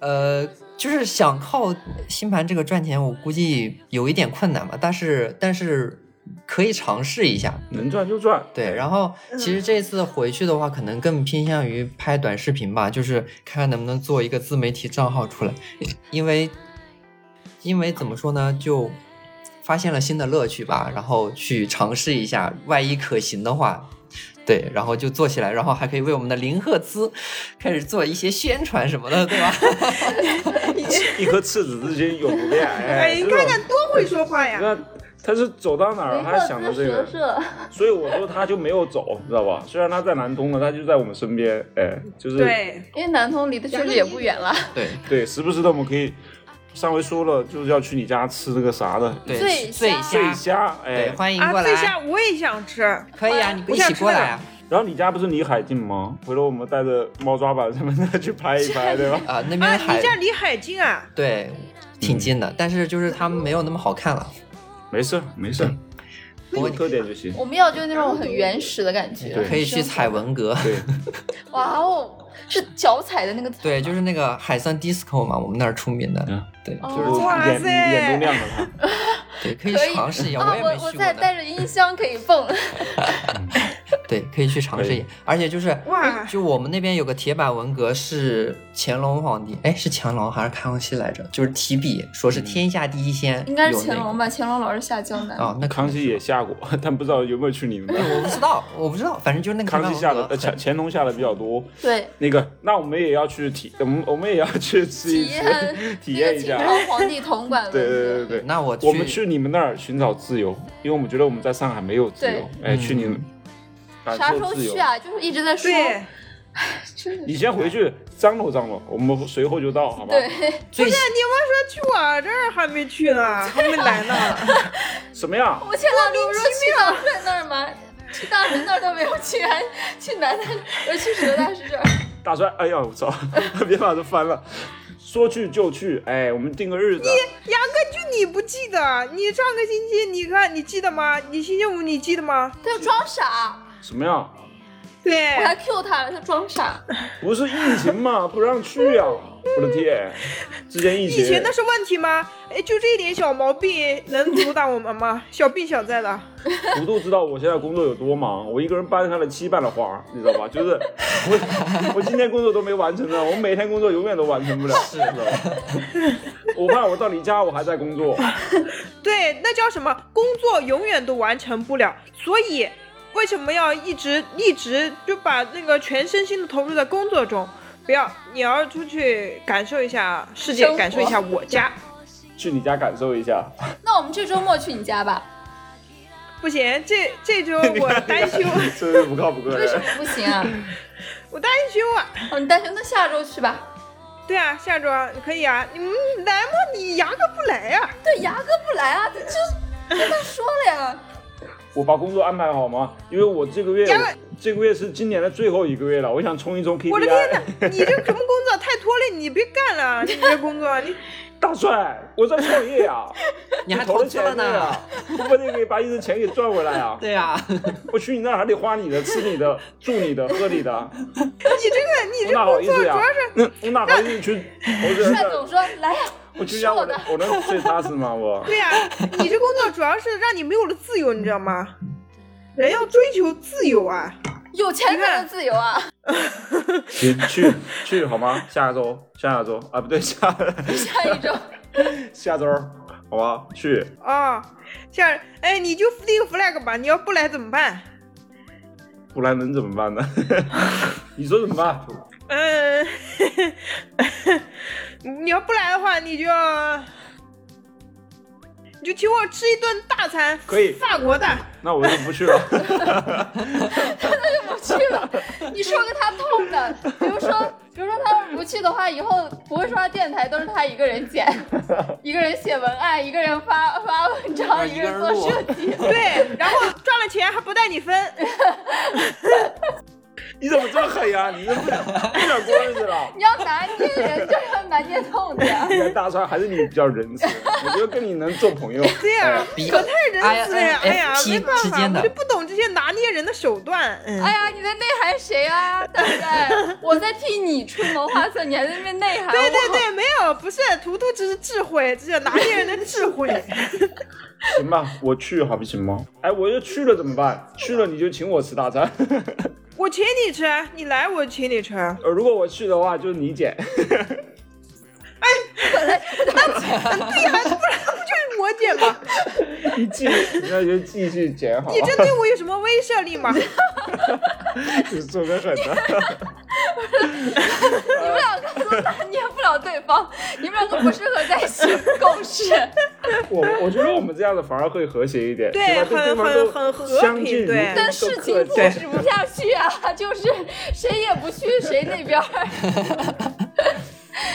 呃，就是想靠星盘这个赚钱，我估计有一点困难吧，但是但是可以尝试一下。
能赚就赚，
对，然后其实这次回去的话，可能更偏向于拍短视频吧，就是看看能不能做一个自媒体账号出来，因为因为怎么说呢，就发现了新的乐趣吧，然后去尝试一下，万一可行的话。对，然后就做起来，然后还可以为我们的零赫兹 开始做一些宣传什么的，对吧？
一颗赤子之心永不变。哎
哎，你看看多会说话
这
呀！
种，那他是走到哪儿，他想
各
着
自
这
蛇
个，
社，
所以我说他就没有走，你知道吧？虽然他在南通了，他就在我们身边，哎，就是
对，
因为南通离的确实也不远了。
对
对时不时的我们可以，上回说了就是要去你家吃那个啥的
对，
醉
醉
虾
醉
虾，
虾，
对，
哎，
欢迎
啊，
过
这
来，
下我也想吃。
可以啊，你
我
一
想
起
吃
过
那
来
个
啊。
然后你家不是离海近吗？回头我们带着猫抓板什么的去拍一 拍，对吧？
啊、那边
啊，
海
你家离海近啊？
对挺近的，但是就是他们没有那么好看了。
没事儿没事儿，有特点就行。
我们要就是那种很原始的感觉，
对
可以去采文革，
对，
哇哦，是脚踩的那个踩，
对，就是那个海上 disco 嘛，我们那儿出名
嗯
的，对，就是
哦
哇
眼
塞
眼睛亮了他。
对，可以
可以
尝试一下，
啊！
也没
我我
去
再
过
带
的，
着音箱可以 蹦，
对，可以去尝试一下，而且就是。哎
哇，
就我们那边有个铁板文革是乾隆皇帝，哎，是乾隆还是康熙来着？就是提笔说
嗯
是天下第一仙，
应该
有
是
那
乾
个
隆吧？乾隆老是下江南，
啊，那
康熙也下过， 但不知道有没有去你们那。
我不知道，我不知道，反正就是那个
康熙
铁
下
板
的
文
呃
革
乾
很，
乾隆下的比较多。
对，
那个，那我们也要去体，我们我们也要去吃一
体
吃，
验
体验一
这个
下。啊
清朝皇帝 铜管文
对
革
对对对对，
那我
我们去你们那儿寻找自由，因为我们觉得我们在上海没有自由
对。
哎，
嗯
去你们感
啥时
受
候
自由
去。啊？就是一直在说，
对，
你先回去张罗张罗，我们随后就到，好吧？
对，
最
你们说去我这儿还没去呢，还没来呢。
什么呀？
我前两天不是说去
啊
大顺那儿吗？去大顺那儿都没有去，还去南 大，我去蛇大师这儿。
大帅，哎呀，我操， 别把这翻了。说去就去，哎，我们定个日子。
杨哥，就你不记得？你上个星期你看你记得吗？你星期五你记得吗？
他要装傻，啊
什么呀？
对
我，还 Q 他了，他装 傻。
不是疫情嘛， 不让去呀、我的天，之前疫情，
以前那是问题吗？哎，就这一点小毛病能阻挡我们吗？小病小灾的。
图图知道我现在工作有多忙，我一个人搬开了七瓣的花，你知道吧？就是 我我今天工作都没完成啊呢，我每天工作永远都完成不了，是吧？我怕我到你家我还在工作，
对，那叫什么？工作永远都完成不了，所以为什么要一直一直就把那个全身心的投入在工作中？不要，你要出去感受一下世界
生，活
感受一下我 家。
去你家感受一 下。
那我们这周末去你家吧？
不行，这这周我单休，
真是不靠谱个
为什
人
么。不行 啊？
我单休啊。
哦，你担心，那下周去吧。
对啊，下周啊可以啊。你们来嘛，你牙哥不来啊呀、
对，牙哥不来啊，他就跟他说了呀。
我把工作安排好吗？因为我这个月
杨伟
这个月是今年的最后一个月了，我想冲一冲 KPI。
我的天哪，你这什么工作太拖累你，你别干了，你这工作你。
大帅，我在创业 呀、
你还
投
投
了
资
钱
了呢
呀，，我不得给把你的钱给赚回来 啊！
对 呀、
我去你那儿还得花你的、吃你的、住你 的、喝你的，
你这个
我
你这
哪好
工
意
作
思
主
呀
要是？
那我哪好意思去投资人
帅
的？
总说来呀，
我去
是
家
我
我能
的。
我能睡踏实吗？我
对呀、你这工作主要是让你没有了自由，你知道 吗？人要追求自由啊！
有钱才能自由啊！
行去去好吗？下周下周啊不对 下
下一周
下周好吧去。
啊、这样，哎，你就定个 flag 吧，你要不来怎么办？
不然能怎么办呢？ 你说怎么办？
嗯， 你要不来的话，你就要你就请我吃一顿大餐，
可以
法国的。
那我就不去了。
不去了。你说个他痛的，比如说，比如说他不去的话，以后不会刷电台都是他一个人 剪，一个人写文案，一个人发发文章，一个人做设计。
对，然后赚了钱还不带你 分，
你怎么这么狠呀？你这不想不想过日子了？
你要拿捏人，就是要拿捏痛的呀。
你看大川还是你比较仁慈，我觉得跟你能做朋友。哎
对呀、
比
可太仁慈了呀！哎呀，
INFP
没办
之
法，
间的
我就不懂这些拿捏人的手段。嗯，
哎呀，你在内涵谁 啊？对不对？我在替你出谋划策，你还在那边内涵我。
对对对，没有，不是图图只是智慧，这是拿捏人的智 慧。
行吧，我去好不行吗？哎，我就去了怎么办？去了你就请我吃大餐。
我请你吃，啊你来我请你吃。啊
呃，如果我去的话，就是你姐。
就是我姐吗？
你继续，那就继续剪好
你这
了。
对我有什么威慑力吗？
你做个狠的，
你们两个都拿捏不了对方，你们两个不适合在一起共 事。
我我觉得我们这样的反而会和谐一点，
对
吧对
很
对方都
很很和平
相敬如
对
但事情
都客
促
气
使不下去啊， 就是谁也不去谁那边儿，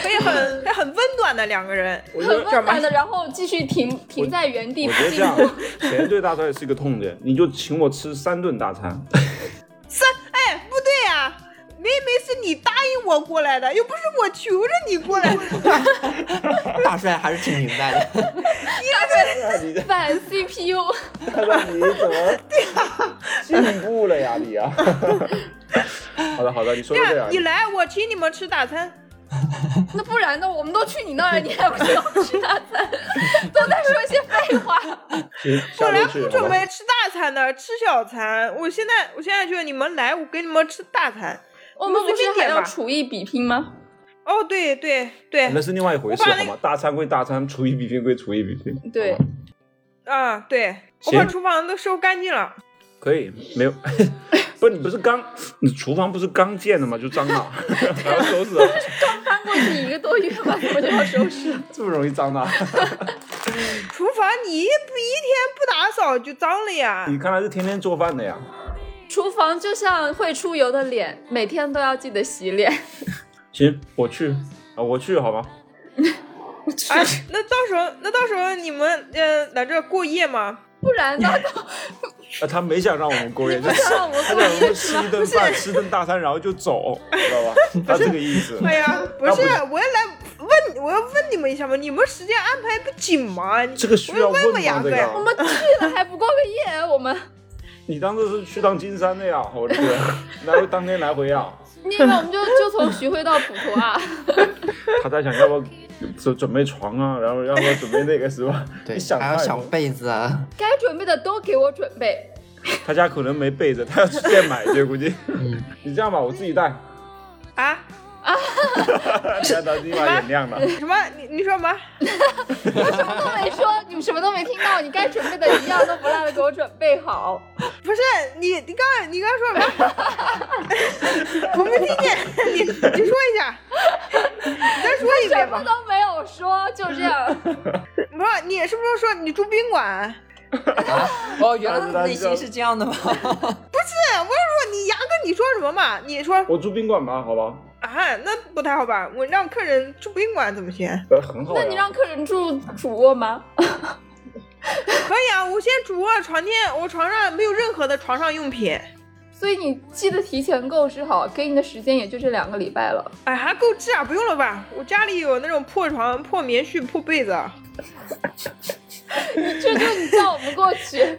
可以很很温暖的两个人。
我觉
很
得。
温暖的，然后继续停停在原地
我觉得
不进
这样
步。，
钱对大川也是一个痛点，你就请我吃三顿大餐，
三，哎，不对呀、明明是你答应我过来的，又不是我求着你过来的。
大帅还是挺明白 的。
你这
反 CPU，
看到你怎么 进步了呀，你啊！好的好的，你说
对
的对
呀、
啊，
你来，我请你们吃大餐。
那不然呢？我们都去你那儿，你还不请我吃大餐， 都在说一些废 话。
行
本
下
来
周去
不
好
准
吧？
备吃大餐的，吃小餐。我现在，我现在觉得你们来，我给你们吃大餐。
我们不
随便
是还
点
要
吧
厨艺比拼吗？
哦，对对
那
对，
是另外一回事
我把那
好吗？大餐归大餐，厨艺比拼归厨艺比拼，
对
好吧，
啊对，我
行
把厨房都收干净了。
可以，没有， 不，你不是刚，你厨房不是刚建的吗？就脏了，然后收拾啊了，
搬过去一个多月吧，我就要收 拾了。
这么容易脏啊的？
厨房你一不一天不打扫就脏了呀。
你看来是天天做饭的呀？
厨房就像会出油的脸，每天都要记得洗脸。
行，我去啊，我去好吗？
哎，那到时候，那到时候你们呃来这儿过夜吗？
不然呢？
啊，他没想让我们过夜，
不
就
想让我们
他
过
想让我
夜
们
是
吃
吗
一？顿饭，吃顿大餐，然后就走，知道吧？他这个意思。
哎呀，不
嗯那
是，
不是
我要来问，我要问你们一下嘛，你们时间安排不紧吗？
这个需要
我要问
问
问
吗？
牙
这
哥呀
我
个，
们去了还不过个夜，我们
你当这是去趟金山 的呀？我这个，然后当天来回啊。
那个我们就就从徐汇到普陀 啊，
他在想要不要准准备床啊，然后要不要准备那个是吧？
对
你想，
还要
太
想
多
被子啊。
该准备的都给我准备。
他家可能没备着，他要去店买去， 估计。
嗯
你这样吧，我自己带，
啊，
你看他立马眼亮了。
什么？你你说什么？
什么都没说，你们什么都没听到，你该准备的一样都不落的给我准备好。
不是你，你刚你刚说什么？我没听见，你你说一下，你再说一
什
遍
么
吧。
都没有说，就这样。
不是你是不是说你住宾馆？哎
哦，原来他内心是这样的吗？
是，我是说你牙哥，你说什么嘛？你说
我住宾馆吧，好吧？
啊，那不太好吧？我让客人住宾馆怎么行？
呃，很好呀。
那你让客人住主卧吗？
可以啊，我现在主卧床垫，我床上没有任何的床上用品。
所以你记得提前购置好，给你的时间也就这两个礼拜了。
哎，还够治啊，不用了吧？我家里有那种破床、破棉絮、破被子， 啊、
你这就你叫我们过去，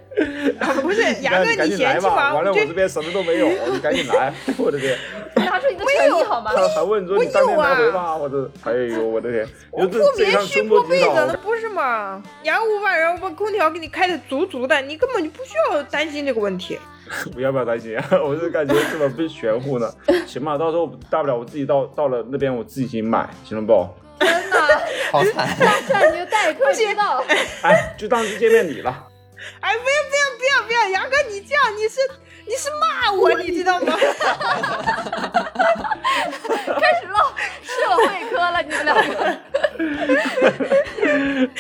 不是牙
那
哥，
你赶
你
紧来
嫌弃
吧，
吗？
完了
我
我
这
这边什么都没有，你赶紧来， 我 的天！
拿出你的诚意好
啊
吗？
他还问说
我
你当天
有啊
来回吧，我的，哎呦，我的天！你说
破
这这
棉
趟
絮、
中
破
国
被
几
子，
岛
那，不是嘛？牙哥，我晚上我把空调给你开的足足的，你根本就不需要担心这个问题。
不要不要担心 啊？我是感觉这么被玄乎呢。行吧，到时候大不了我自己到到了那边我自己买，行了不？
真的，
好 惨，
大帅你就待客之道。
哎，就当是见面礼了。
哎，不要不要不要不要，牙哥，你这样你是你是骂我，你知道吗？
开始唠社会科了，你们两个。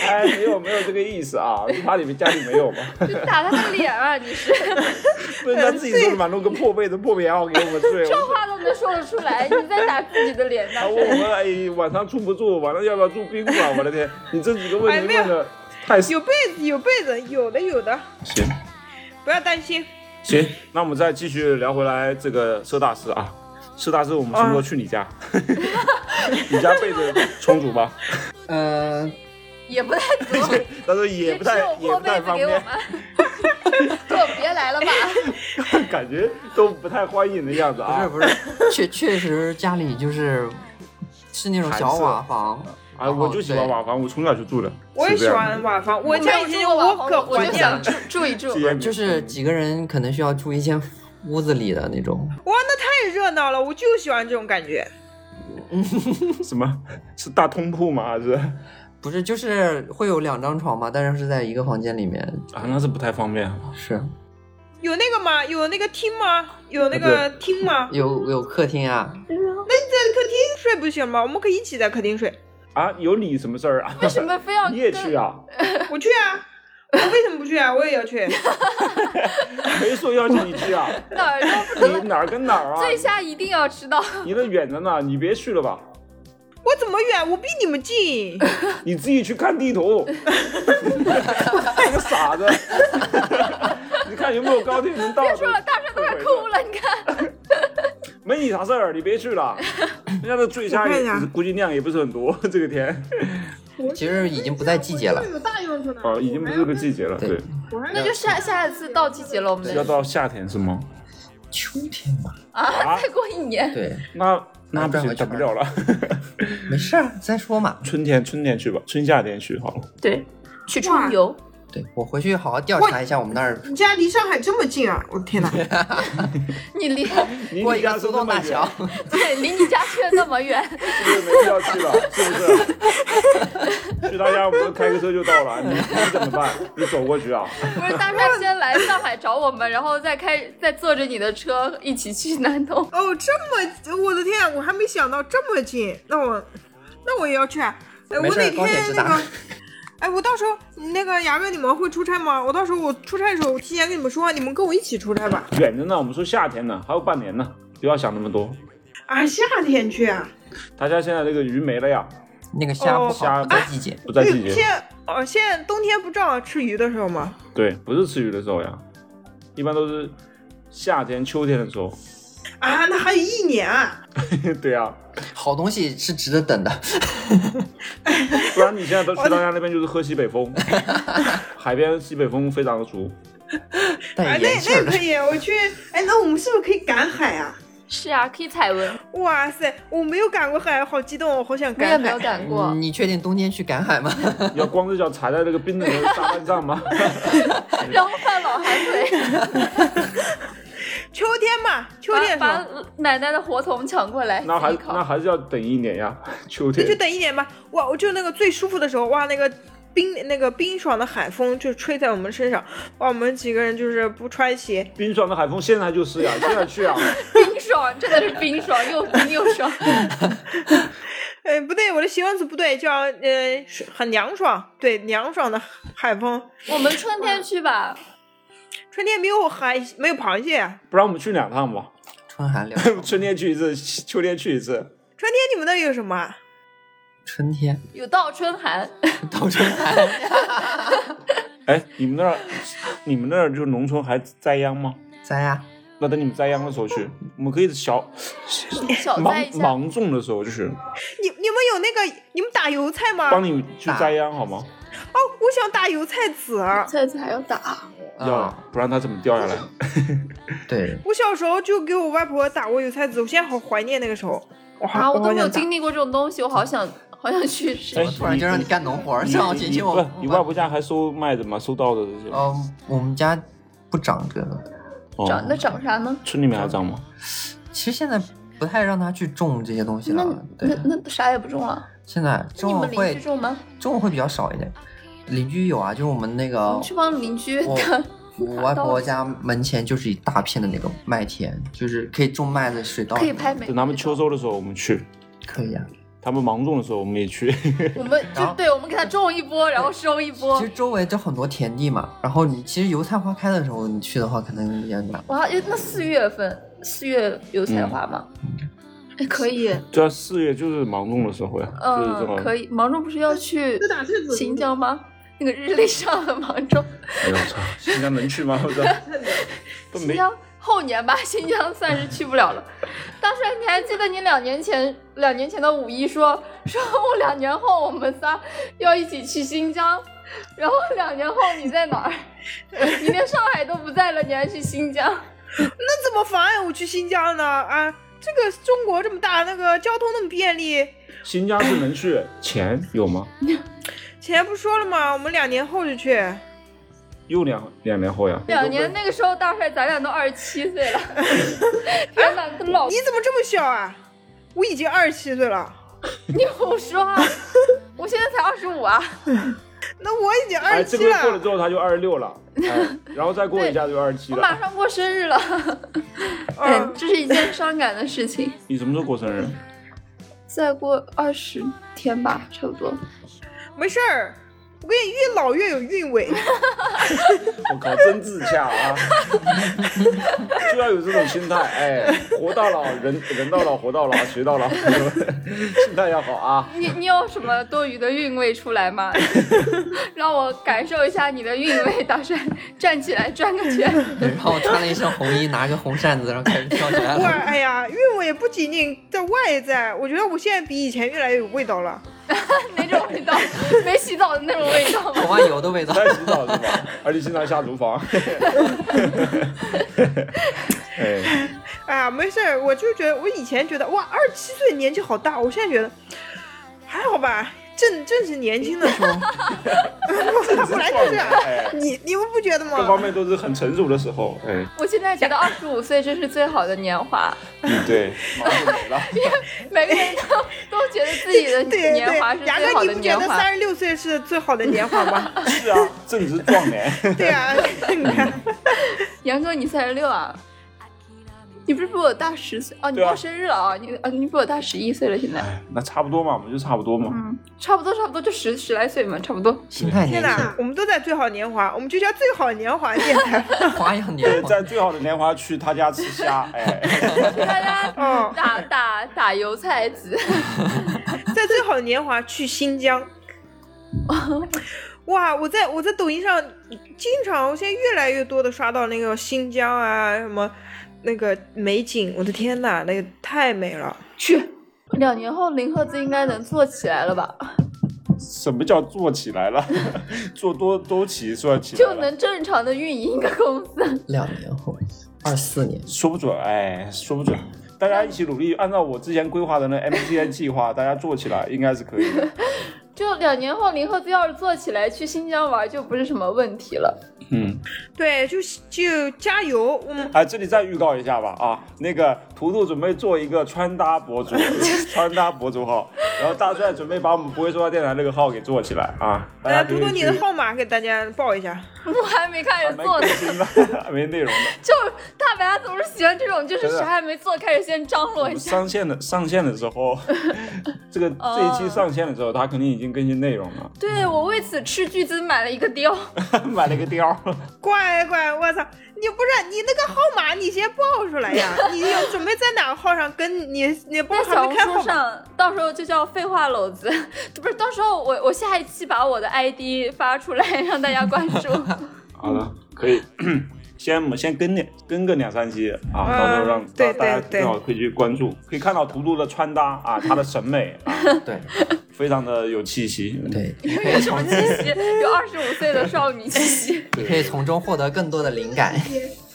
哎，没有没有这个意思啊，他里面家里没有嘛，
你打他的脸啊！你是
不是他自己说满弄个破被子、破棉袄给我们睡。
这话都能说得出来，你在打自己的脸呢
他？问我们哎，晚上住不住？晚上要不要住宾馆？我的天，你这几个问题问的太
有被子，有被子，有的有的，
行
不要担心。
行，那我们再继续聊回来这个佘大师啊，佘大师，我们什么时候去你家？ 你家被子重组吧？
嗯、
也不太懂，
他说也不
只
太
有
也
破
不太
被子
方
给我
便，
们。就别来 了吧，
感觉都不太欢迎的样子
不是
啊。
不是， 确确实家里就是是那种小瓦房，
啊，我就喜欢瓦房，我从小就住的。
我也
是这
喜
样
欢瓦房，我
没
家
有
已经
住过
我
瓦房
可
我
怀
就
念
想
了。
住住一 住
谢。谢你
就是几个人可能需要住一间屋子里的那种。
哇，那太热闹了，我就喜欢这种感觉。
什么是大通铺吗？还是啊，
不是，就是会有两张床嘛，但是是在一个房间里面。
那是不太方便。啊
是
有那个吗？有那个厅吗？有那
啊
个厅吗？
有有客厅啊，
在客厅睡不行吗？我们可以一起在客厅睡。
啊，有你什么事儿啊？
为什么非 要
你也
跟
去？啊？
我去啊，我为什么不去啊？我也要去。
谁说邀请你去 啊？
哪儿都不
你哪儿跟哪儿啊？
醉虾一定要 吃到。
你那远着呢，你别去了吧，
我怎么远？我比你们近。
你自己去看地 图。 那个傻子， 你看有没有高铁能到？
别说了，大帅都快 哭了，你看。
没你啥事儿，你别去 了。人家的醉虾
我看一
也
下
估计量也不是很多，这个天
其实已经不在季节了。
有大用处呢
啊，已经不是这个季节了，对
对，
那就下下一次到季节了，我们
要
再
到夏天是吗？
秋天吧，
啊
啊，再过一年。
对，
那那不
那
行，
转回去
等不了了。
没事儿，再说嘛。
春天，春天去吧，春夏天去好了。
对，去春游。
对我回去好好调查一下我们那儿
你家离上海这么近啊！我的天哪，
你离
你
过
离
一
家
个
是
苏
那
东
么
大
远，
桥，
对离你家去的那么远，
是不是没必要去了？是 不是？去他家，我们开个车就到了，你你怎么办？你走过去啊？
不是大帅先来上海找我们，然后再开再坐着你的车一起去南通。
哦，这么，我的天啊，我还没想到这么近。那我，那我也要去啊。哎，我
没事
哪
高铁
天
直
那
达
个，哎，我到时候那个牙哥你们会出差吗？我到时候我出差的时候，我提前跟你们说，你们跟我一起出差吧。
远着呢，我们说夏天呢，还有半年呢，不要想那么多。
啊，夏天去啊？
他家现在这个鱼没了呀，
那个虾不
哦
虾
好，不在季节。
不在季
现
节。
在哦，现在冬天不正好吃鱼的时候吗？
对，不是吃鱼的时候呀，一般都是夏天、秋天的时候。
啊，那还有一年啊！
对呀、
好东西是值得等的。
不然你现在都去他家那边就是喝西北 风，海边西北风非常的足。
带
哎，
盐
那
气儿
那
的
可，以，我去。哎，那我们是不是可以赶海啊？
是啊，可以踩文，
哇塞，我没有赶过海，好激动哦，我好想
我也
赶
没有
海。
赶过
嗯。你确定冬天去赶海吗？
要光着脚踩在那个冰冷的沙滩上 吗？
然后犯老寒腿，
秋天嘛，秋
把
天是吧
把奶奶的火筒抢过来
那还
自己
那
烤。
还是要等一年 呀，秋天
就。等一年吧。哇，我就那个最舒服的时候，哇，那个冰那个冰爽的海风就吹在我们身上，哇，我们几个人就是不穿鞋，
冰爽的海风现在就是 呀，现在去啊！
冰爽真的是冰爽，又冰又爽。
哎，不对，我的形容词不对，叫呃是很凉爽，对，凉爽的海风。
我们春天去吧，
春天没有海，没有螃蟹啊。
不然我们去两趟吧，
春寒料，
春天去一次，秋天去一次。
春天你们那儿有什么啊？
春天
有倒春寒，
到春寒，
哎，你们那儿，你们那儿就农村还栽秧吗？
咱呀，
那等你们栽秧的时候去，我们可以小
小栽
芒
一下。
芒种的时候就去，
你你们有那个你们打油菜吗？
帮你去栽秧好吗？
哦，我想打油菜籽儿。
菜籽还要打，
要
啊，
不然它怎么掉下来？
对，
我小时候就给我外婆打过油菜籽，我现在好怀念那个时候。哇，
啊，我
我
都
好
没有
想打。
经历过这种东西，我好想好想去试
哎
一试。
突然就让你干农活儿，上我
你
亲
你
戚我
不，你外婆家还收麦子吗？收稻子这些？吗？
嗯，我们家不长这个，
哦
长那长啥呢？
村里面还长吗？
其实现在不太让他去种这些东西
那
了。
那
对，
那啥也不种了。
现在
那你
种
们邻
会
居种吗？
种会比较少一点，邻居有啊，就是我们那
我
个
们去帮邻居
我
看
我外婆家门前就是一大片的那个麦田，就是可以种麦子、水稻。
可以拍美。
等他们秋收的时候我们去，
可以啊。
他们芒种的时候我们也去。
我们
然
就
后
对，我们给它种一波，然后收一波
其。实周围就很多田地嘛，然后你其实油菜花开的时候你去的话，可能也难。
哇，哎那四月份，四月油菜花吗？哎，可以，
对啊，四月就是芒种的时候呀，就是这
嗯，
种。
可以。芒种不是要去
这打字
新疆吗？那个日历上的芒种，
哎呦我操，新疆能去吗？我 操，都
新
没
疆后年吧，新疆算是去不了了。当时你还记得你两年前，两年前的五一说说我两年后我们仨要一起去新疆，然后两年后你在哪儿？你连上海都不在了，你还去新疆？
那怎么妨碍我去新疆呢？啊，这个中国这么大，那个交通那么便利，
新疆是能去，钱有吗？
前不说了吗？我们两年后就去。
又两两年后呀。
两年那个时候大帅咱俩都二十七岁了，天哪，都 老
你怎么这么小啊？我已经二十七岁了，
你胡说啊！我现在才二十五啊！
那我已经二
哎，这
十七
个月过了
了。
之后他就二十六了，哎， 然后再过一下就二十七
我
了。
马上过生日了，
嗯
对，这是一件伤感的事情。
你什么时候过生日？
再过二十天吧，差不多。
没事儿，我跟你越老越有韵 味。
我靠，真自洽啊！就要有这种心态，哎，活到老，人人到老，活到老，学到老，心态要好啊！
你你有什么多余的韵味出来 吗？让我感受一下你的韵味。打算站起来转个圈。
然后穿了一身红衣，拿个红扇子，然后开始跳起来
我
了。
哎呀，韵味不仅仅在外在，我觉得我现在比以前越来越有味道了。
哪种味道？没洗澡的那种味道
头
吗？
发油的味道。
在洗澡是吧？而且经常下厨房。哎，
哎呀，没事儿，我就觉得我以前觉得哇，二十七岁年纪好大，我现在觉得还好吧，正正是年轻的时候。本来就是啊，
哎，
你你们不觉得
各方
吗？
面都是很成熟的时候。哎，
我现在觉得二十五岁真是最好的年华，
嗯，对，马上就没了。
每个人都都觉得自己的
对对
年华是，
牙
最好
哥，
的
你不觉
年
得
华。
三十六岁是最好的年华吗？
是啊，正值壮年。
对啊， 你看，
杨哥，你三十六啊？你不是比我大十岁哦？你
对啊
过生日了啊？你啊，你比我大十一岁了，现在。
哎，那差不多嘛，我们就差不多嘛。
嗯，差不多，差不多，就十十来岁嘛，差不多。
心态
天
年
哪
轻，，
我们都在最好年华，我们就叫最好年华电台。
花样年华。
呃在最好的年华去他家吃虾，哎，
大家
嗯
打打打油菜籽，
在最好的年华去新疆。哇！我在我在抖音上经常，我现在越来越多的刷到那个新疆啊什么那个美景，我的天呐，那个太美了！
去。两年后，林赫兹应该能做起来了吧？
什么叫做起来了？ 做多多起算起来
就
了
能正常的运营一个公司。
两年后，二四年，
说不准，哎，说不准。大家一起努力，按照我之前规划的那 MCN 计划，大家做起来应该是可以的。
就两年后，林赫兹要是做起来，去新疆玩就不是什么问题了。
嗯，
对，就就加油！嗯我
嗯
们
哎，这里再预告一下吧，啊，那个图图准备做一个穿搭博主，穿搭博主号，然后大帅准备把我们不会说话电台那个号给做起来啊，大家
来
可
读
以
读
去
你的号码给大家报一下。
我还没开始
没
做
更
呢，
新的，没内容的。
就是大白总是喜欢这种，就是
真的
啥也没做，开始先张罗一下。
上线的上线的时候，这个这一期上线的时候，他肯定已经更新内容了，
对我为此斥巨资买了一个貂，
买了个貂儿，
乖乖，我操！你不是你那个号码，你先报出 来呀！你有准备在哪个号上跟你你不
在
是还
小红
没开号
书
码？
上，到时候就叫废话篓子，不是？到时候我我下一期把我的 ID 发出来，让大家关注。
好了，
嗯
可以。 先我们先跟两跟个两三期啊，
嗯
到时候让大
对
大家
对对
正好可以去关注，可以看到图图的穿搭 啊，他的审美啊，
对
非常的有气息。
对，你可
有
以
什么
从
气息？有二十五岁的少女气息。
你可以从中获得更多的灵感。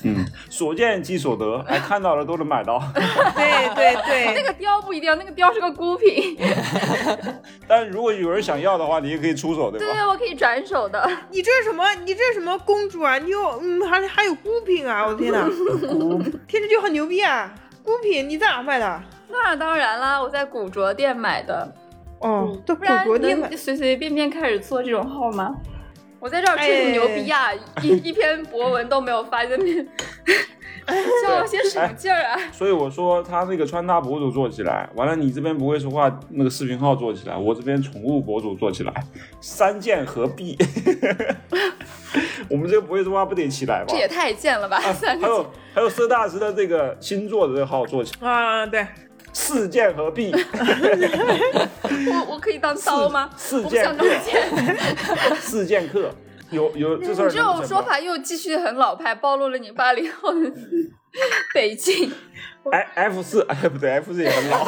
嗯，所见即所 得，哎，看到了都能买到。
对对对，
那个貂不一定，那个貂是个孤品。
但是如果有人想要的话，你也可以出手，对
对，
啊
吧？
我可以转手的。
你这是什么？你这是什么公主啊？你有嗯，还还有孤品啊！我的天 哪，听着就很牛逼啊！孤品你在哪卖的？
那当然啦，我在古着店买的，
哦，都
嗯不
古
然
着店买
你。随随便便开始做这种号吗？我在这儿
哎
吹你牛逼呀、一一篇博文都没有发，在那边叫
哎
我些什么劲儿啊？
所以我说他那个穿搭博主做起来，完了你这边不会说话，那个视频号做起来，我这边宠物博主做起来，三剑合璧， 我们这个不会说话不得起来吧
这？也太贱了吧！算
哎还
是
有还有佘大师的这个星座的这个号做起来，
啊，对，
四剑合璧，
我我可以当 刀吗？
四
我不
剑
想当剑。
四剑客，有有这事儿
你这种
能不成
说
吗
法又继续很老派，暴露了你八零后的 北京。
哎，F 四，哎，不对，F 四也很老，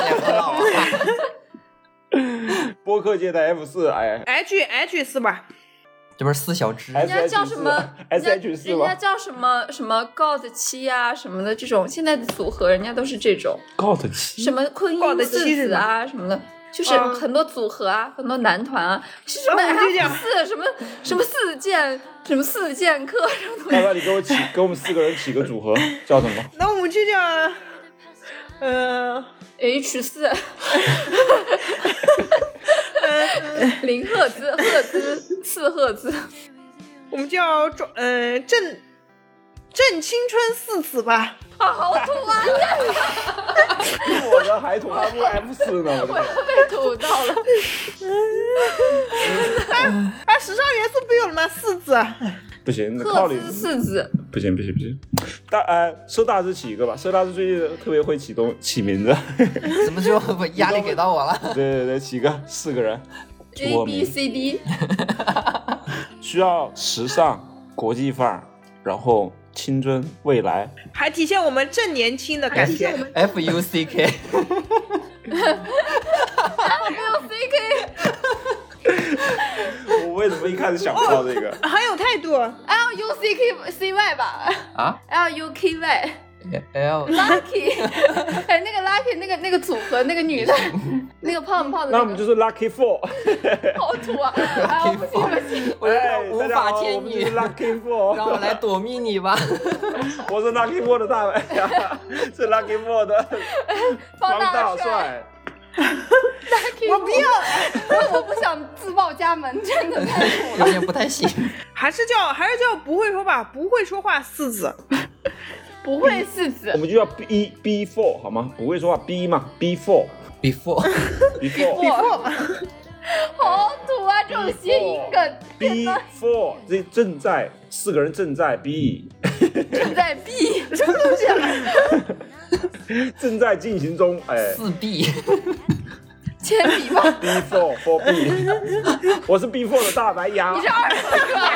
播客界的 F 四，哎
H H 四吧，
这不是四小只
哎
人家叫什么？人家
SH 四
人家
吧
叫什么什么 God 七啊什么的这种，现在的组合人家都是这种
，God 七，
什么婚姻
God
四
嗯七是
子啊什么的，就是
嗯
很多组合啊，很多男团啊，是什么
嗯就这样
F 四什么什么四剑什么四剑客什么东
要
西
不，然你给我起，给我们四个人起个组合，叫什么？
那我们就叫，呃，
H 四， 零赫兹，赫兹四赫兹，
我们叫壮，嗯、正正青春四子吧。
啊，好土 啊！
比我的还土，还不如 F 四呢，我的天！
被土到了，
哎，时尚元素不有了吗？四子，
不行，靠
赫
你
兹四子，
不行不行不行，大呃，佘大师起一个吧，佘大师最近特别会起东起名字，
怎么就把压力给到我了？
对对对，起个四个人，
A
我
B
明
C D，啊
需要时尚、国际范儿，然后青春、未来，
还体现我们正年轻的
哎
感觉。
F U C K，
还有 C K
我为什么一开始想不到这个？
很有态度，
L U C K C Y 吧
啊哎
，L U K Y，Lucky，
L，
哎，那个 Lucky 那个那个组合那个女的，那个胖胖的
那我
那
们就
个，
是 lucky four，
好土啊！啊，我不行不行，
我
哎，
无
大家
法
好我
天
们就
女
是，lucky
让我
four，
来躲避你吧。
我是 lucky four 的大白牙， 是 lucky four 的
方
方
大
大
帅
帅。
，Lucky，我不要，我不想自报家门，真的太土
有
了。
点不太行，
还是叫还是叫不会说吧，不会说话四子。
不会四子
我，们就叫 B B four 好吗？不会说话 B 嘛，B four
before
B four
哇，好土啊！这种谐音梗
B four 这正在四个人正在 B
正在 B，
正在进行中，哎
四 B，
铅笔吧，
，B four four B，我是 B four 的大白牙
你，是二是吧？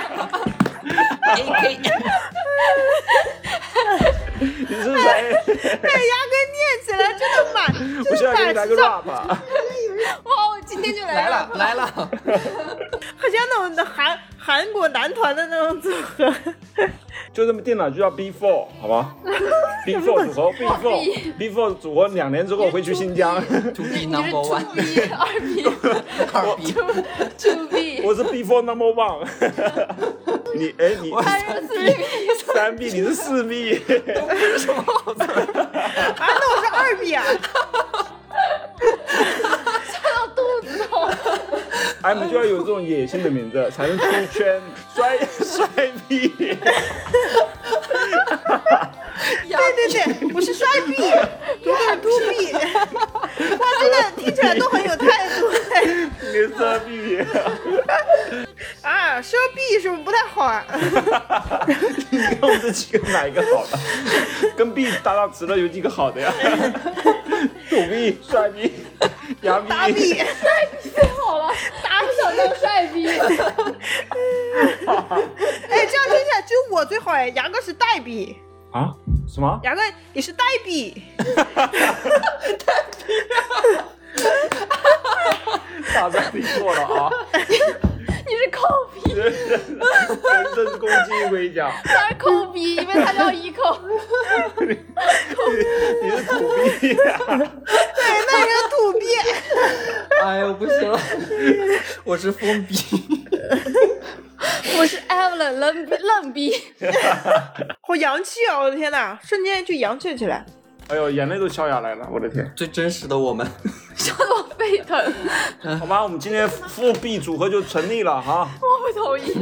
你是谁？
念起来真的蛮，
我现在给你来个
真的
rap，
哇，我今天就来
来了来了，
很像那种韩韩国男团的那种组合。啊
就这么电脑就叫 B four 好吗？B four 组合 B four B four 组合两年之后回去新疆，
to be
你是
number
two
one，
B 二 B
二 B，
two B，
我是 B four number one，你哎你
还是 three B，
三 B 你是四 B。
啊，那我是二 B 啊，
到肚子痛。
哎，我们就要有这种野性的名字，才能出圈，摔摔屁。
对对对，我是帅 B，我是 two B。哇，真的听起来都很有态度。
你色逼，
啊，说 B 是不是不太好啊？
你看我们这几个哪一个好了？跟 B 搭档词了有几个好的呀？土逼、帅逼、洋
大哎 B
逼，
好了，打不想当帅逼，
哎，这样听起来只有我最好哎，牙哥是代 B，
啊？什么？
牙哥你是代 B，
大白你错了啊！
你是抠逼，
人身人身攻击回讲，
他是抠 逼，因为他叫一抠。
你你是土逼、啊，
对，那人土 B，
哎呦不行了， 我是封闭，
我是 Evelyn 愣逼愣逼，
好洋气啊！我的天呐，瞬间就洋气起来。
哎呦，眼泪都笑下来了，我的天！
最真实的我们，
笑得我沸腾，
好吧，我们今天复辟组合就成立了哈。
我不同意。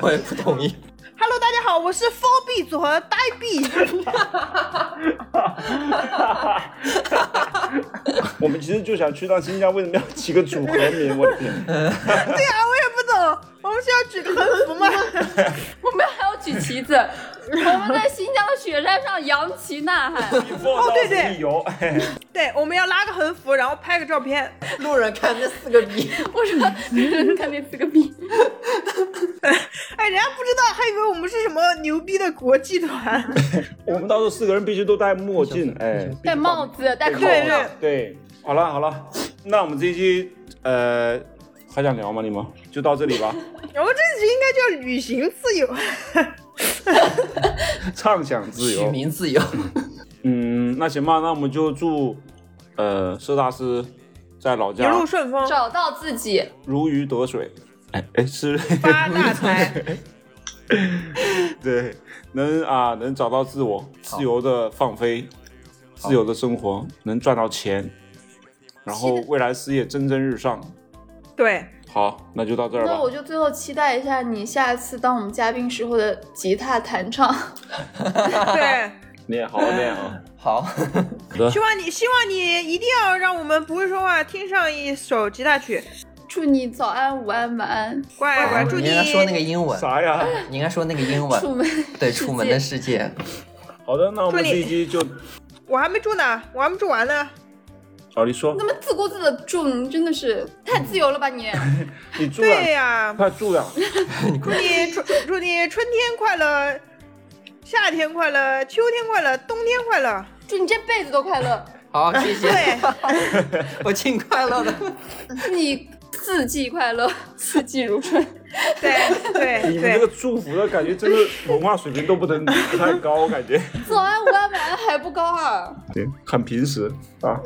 我也不同意。
Hello，大家好，我是 Four B 组合呆 B。
我们其实就想去趟新疆，为什么要起个组合名？我的天！
对啊，我也不懂，我们是要举个横幅吗？
我们还要举旗子，我们在新疆的雪山上扬旗呐喊。
哦
对对
游，嘿
对，我们要拉个横幅，然后拍个照片。
路人看那四个逼，
我说，你看那四个逼，
哎，人家不知道，还以为我们是什么牛逼的国际团。
我们到时候四个人必须都戴墨镜，哎，
戴帽子，戴口
对
罩
对。，
对，好了好了，那我们这一期呃还想聊吗？你们就到这里 吧。
我们这集应该叫旅行自由。
畅想自
取
由，
名自由。
嗯，那行吧，那我们就祝呃佘大师在老
一
家
路顺风，
找到自己，
如鱼得水。哎哎，是，
发大财。
对，能啊能找到自我，自由的放飞，自由的生活，能赚到钱，然后未来事业蒸蒸日上。
对，
好，那就到这儿
那
吧
我。就最后期待一下你下次当我们嘉宾时候的吉他弹唱。
对，
练好好练啊。
好，
好的
希，望你，希望你一定要让我们不会说话听上一首吉他曲，
祝你早安、午安、晚安，
乖乖，祝
啊你应该说那个
你，
英文，
啥呀？
你应该说那个英
出
文。
门
对，
世界
出门的世界，
好的，那我们
祝
这
你
一期就，
我还没住呢，我还没住完呢，
老李哦说
那，么自顾自的住，你真的是太自由了吧 你？
你住了，
对呀、
快住 了。
祝你春，祝你春天快乐，夏天快乐，秋天快乐，冬天快乐，
祝你这辈子都快乐，
好，谢谢，
对，
我挺快乐的。
祝你四季快乐， 四季如春。
对
你们
对
这个
对，
祝福的感觉，真是文化水平都不能不太高，我感觉。
早安、午安、晚安还不高 啊？
对，很平时 啊。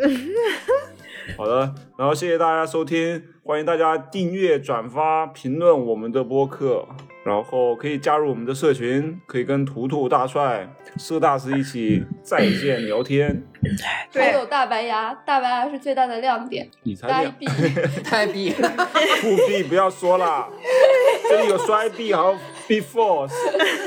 好的，然后谢谢大家收听，欢迎大家订阅、转发、评论我们的播客，然后可以加入我们的社群，可以跟图图、大帅、社大师一起在线聊天。
还
对
有大白牙，大白牙是最大的亮点。
你才
呆
两
逼，
太逼，
酷毙，不要说 啦，这里有摔币，还有 before，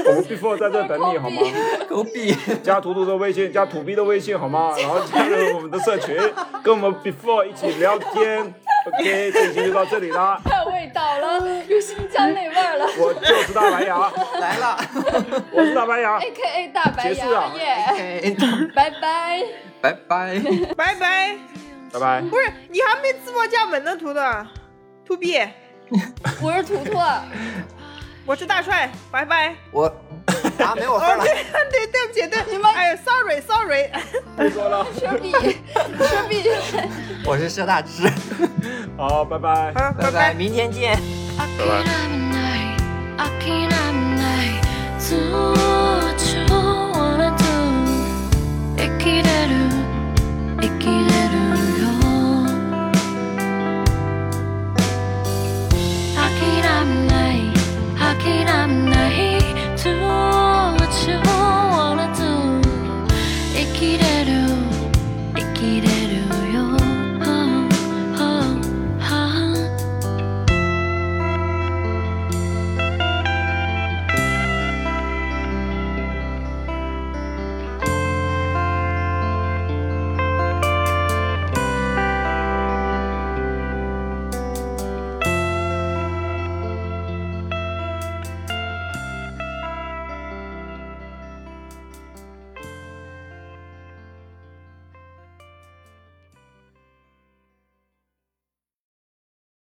我们 before 在这等你好吗？
狗逼，
加图图的微信，加土逼的微信好吗？然后加入我们的社群，跟我们 before 一起聊天。OK，这期就到这里啦，
太味道 了，有新疆那味 儿了。
我就是大白牙，
来了。
我是大白牙，
A K A 大白
结束
牙
了
耶，
OK，
拜拜。
拜 拜。
拜拜，
拜拜。
不是你还没自报家门呢，图图，To B，
我是图啊图，
我是大帅，拜拜，
我啊，没我份儿
哦
了。
对对对不起，对，你们，哎啊呀，sorry sorry，
奢比，奢比。
我是佘大志，
好，拜拜。
好，
拜
拜
拜，
拜。
明天见。
諦めない諦めない通常なと生きれる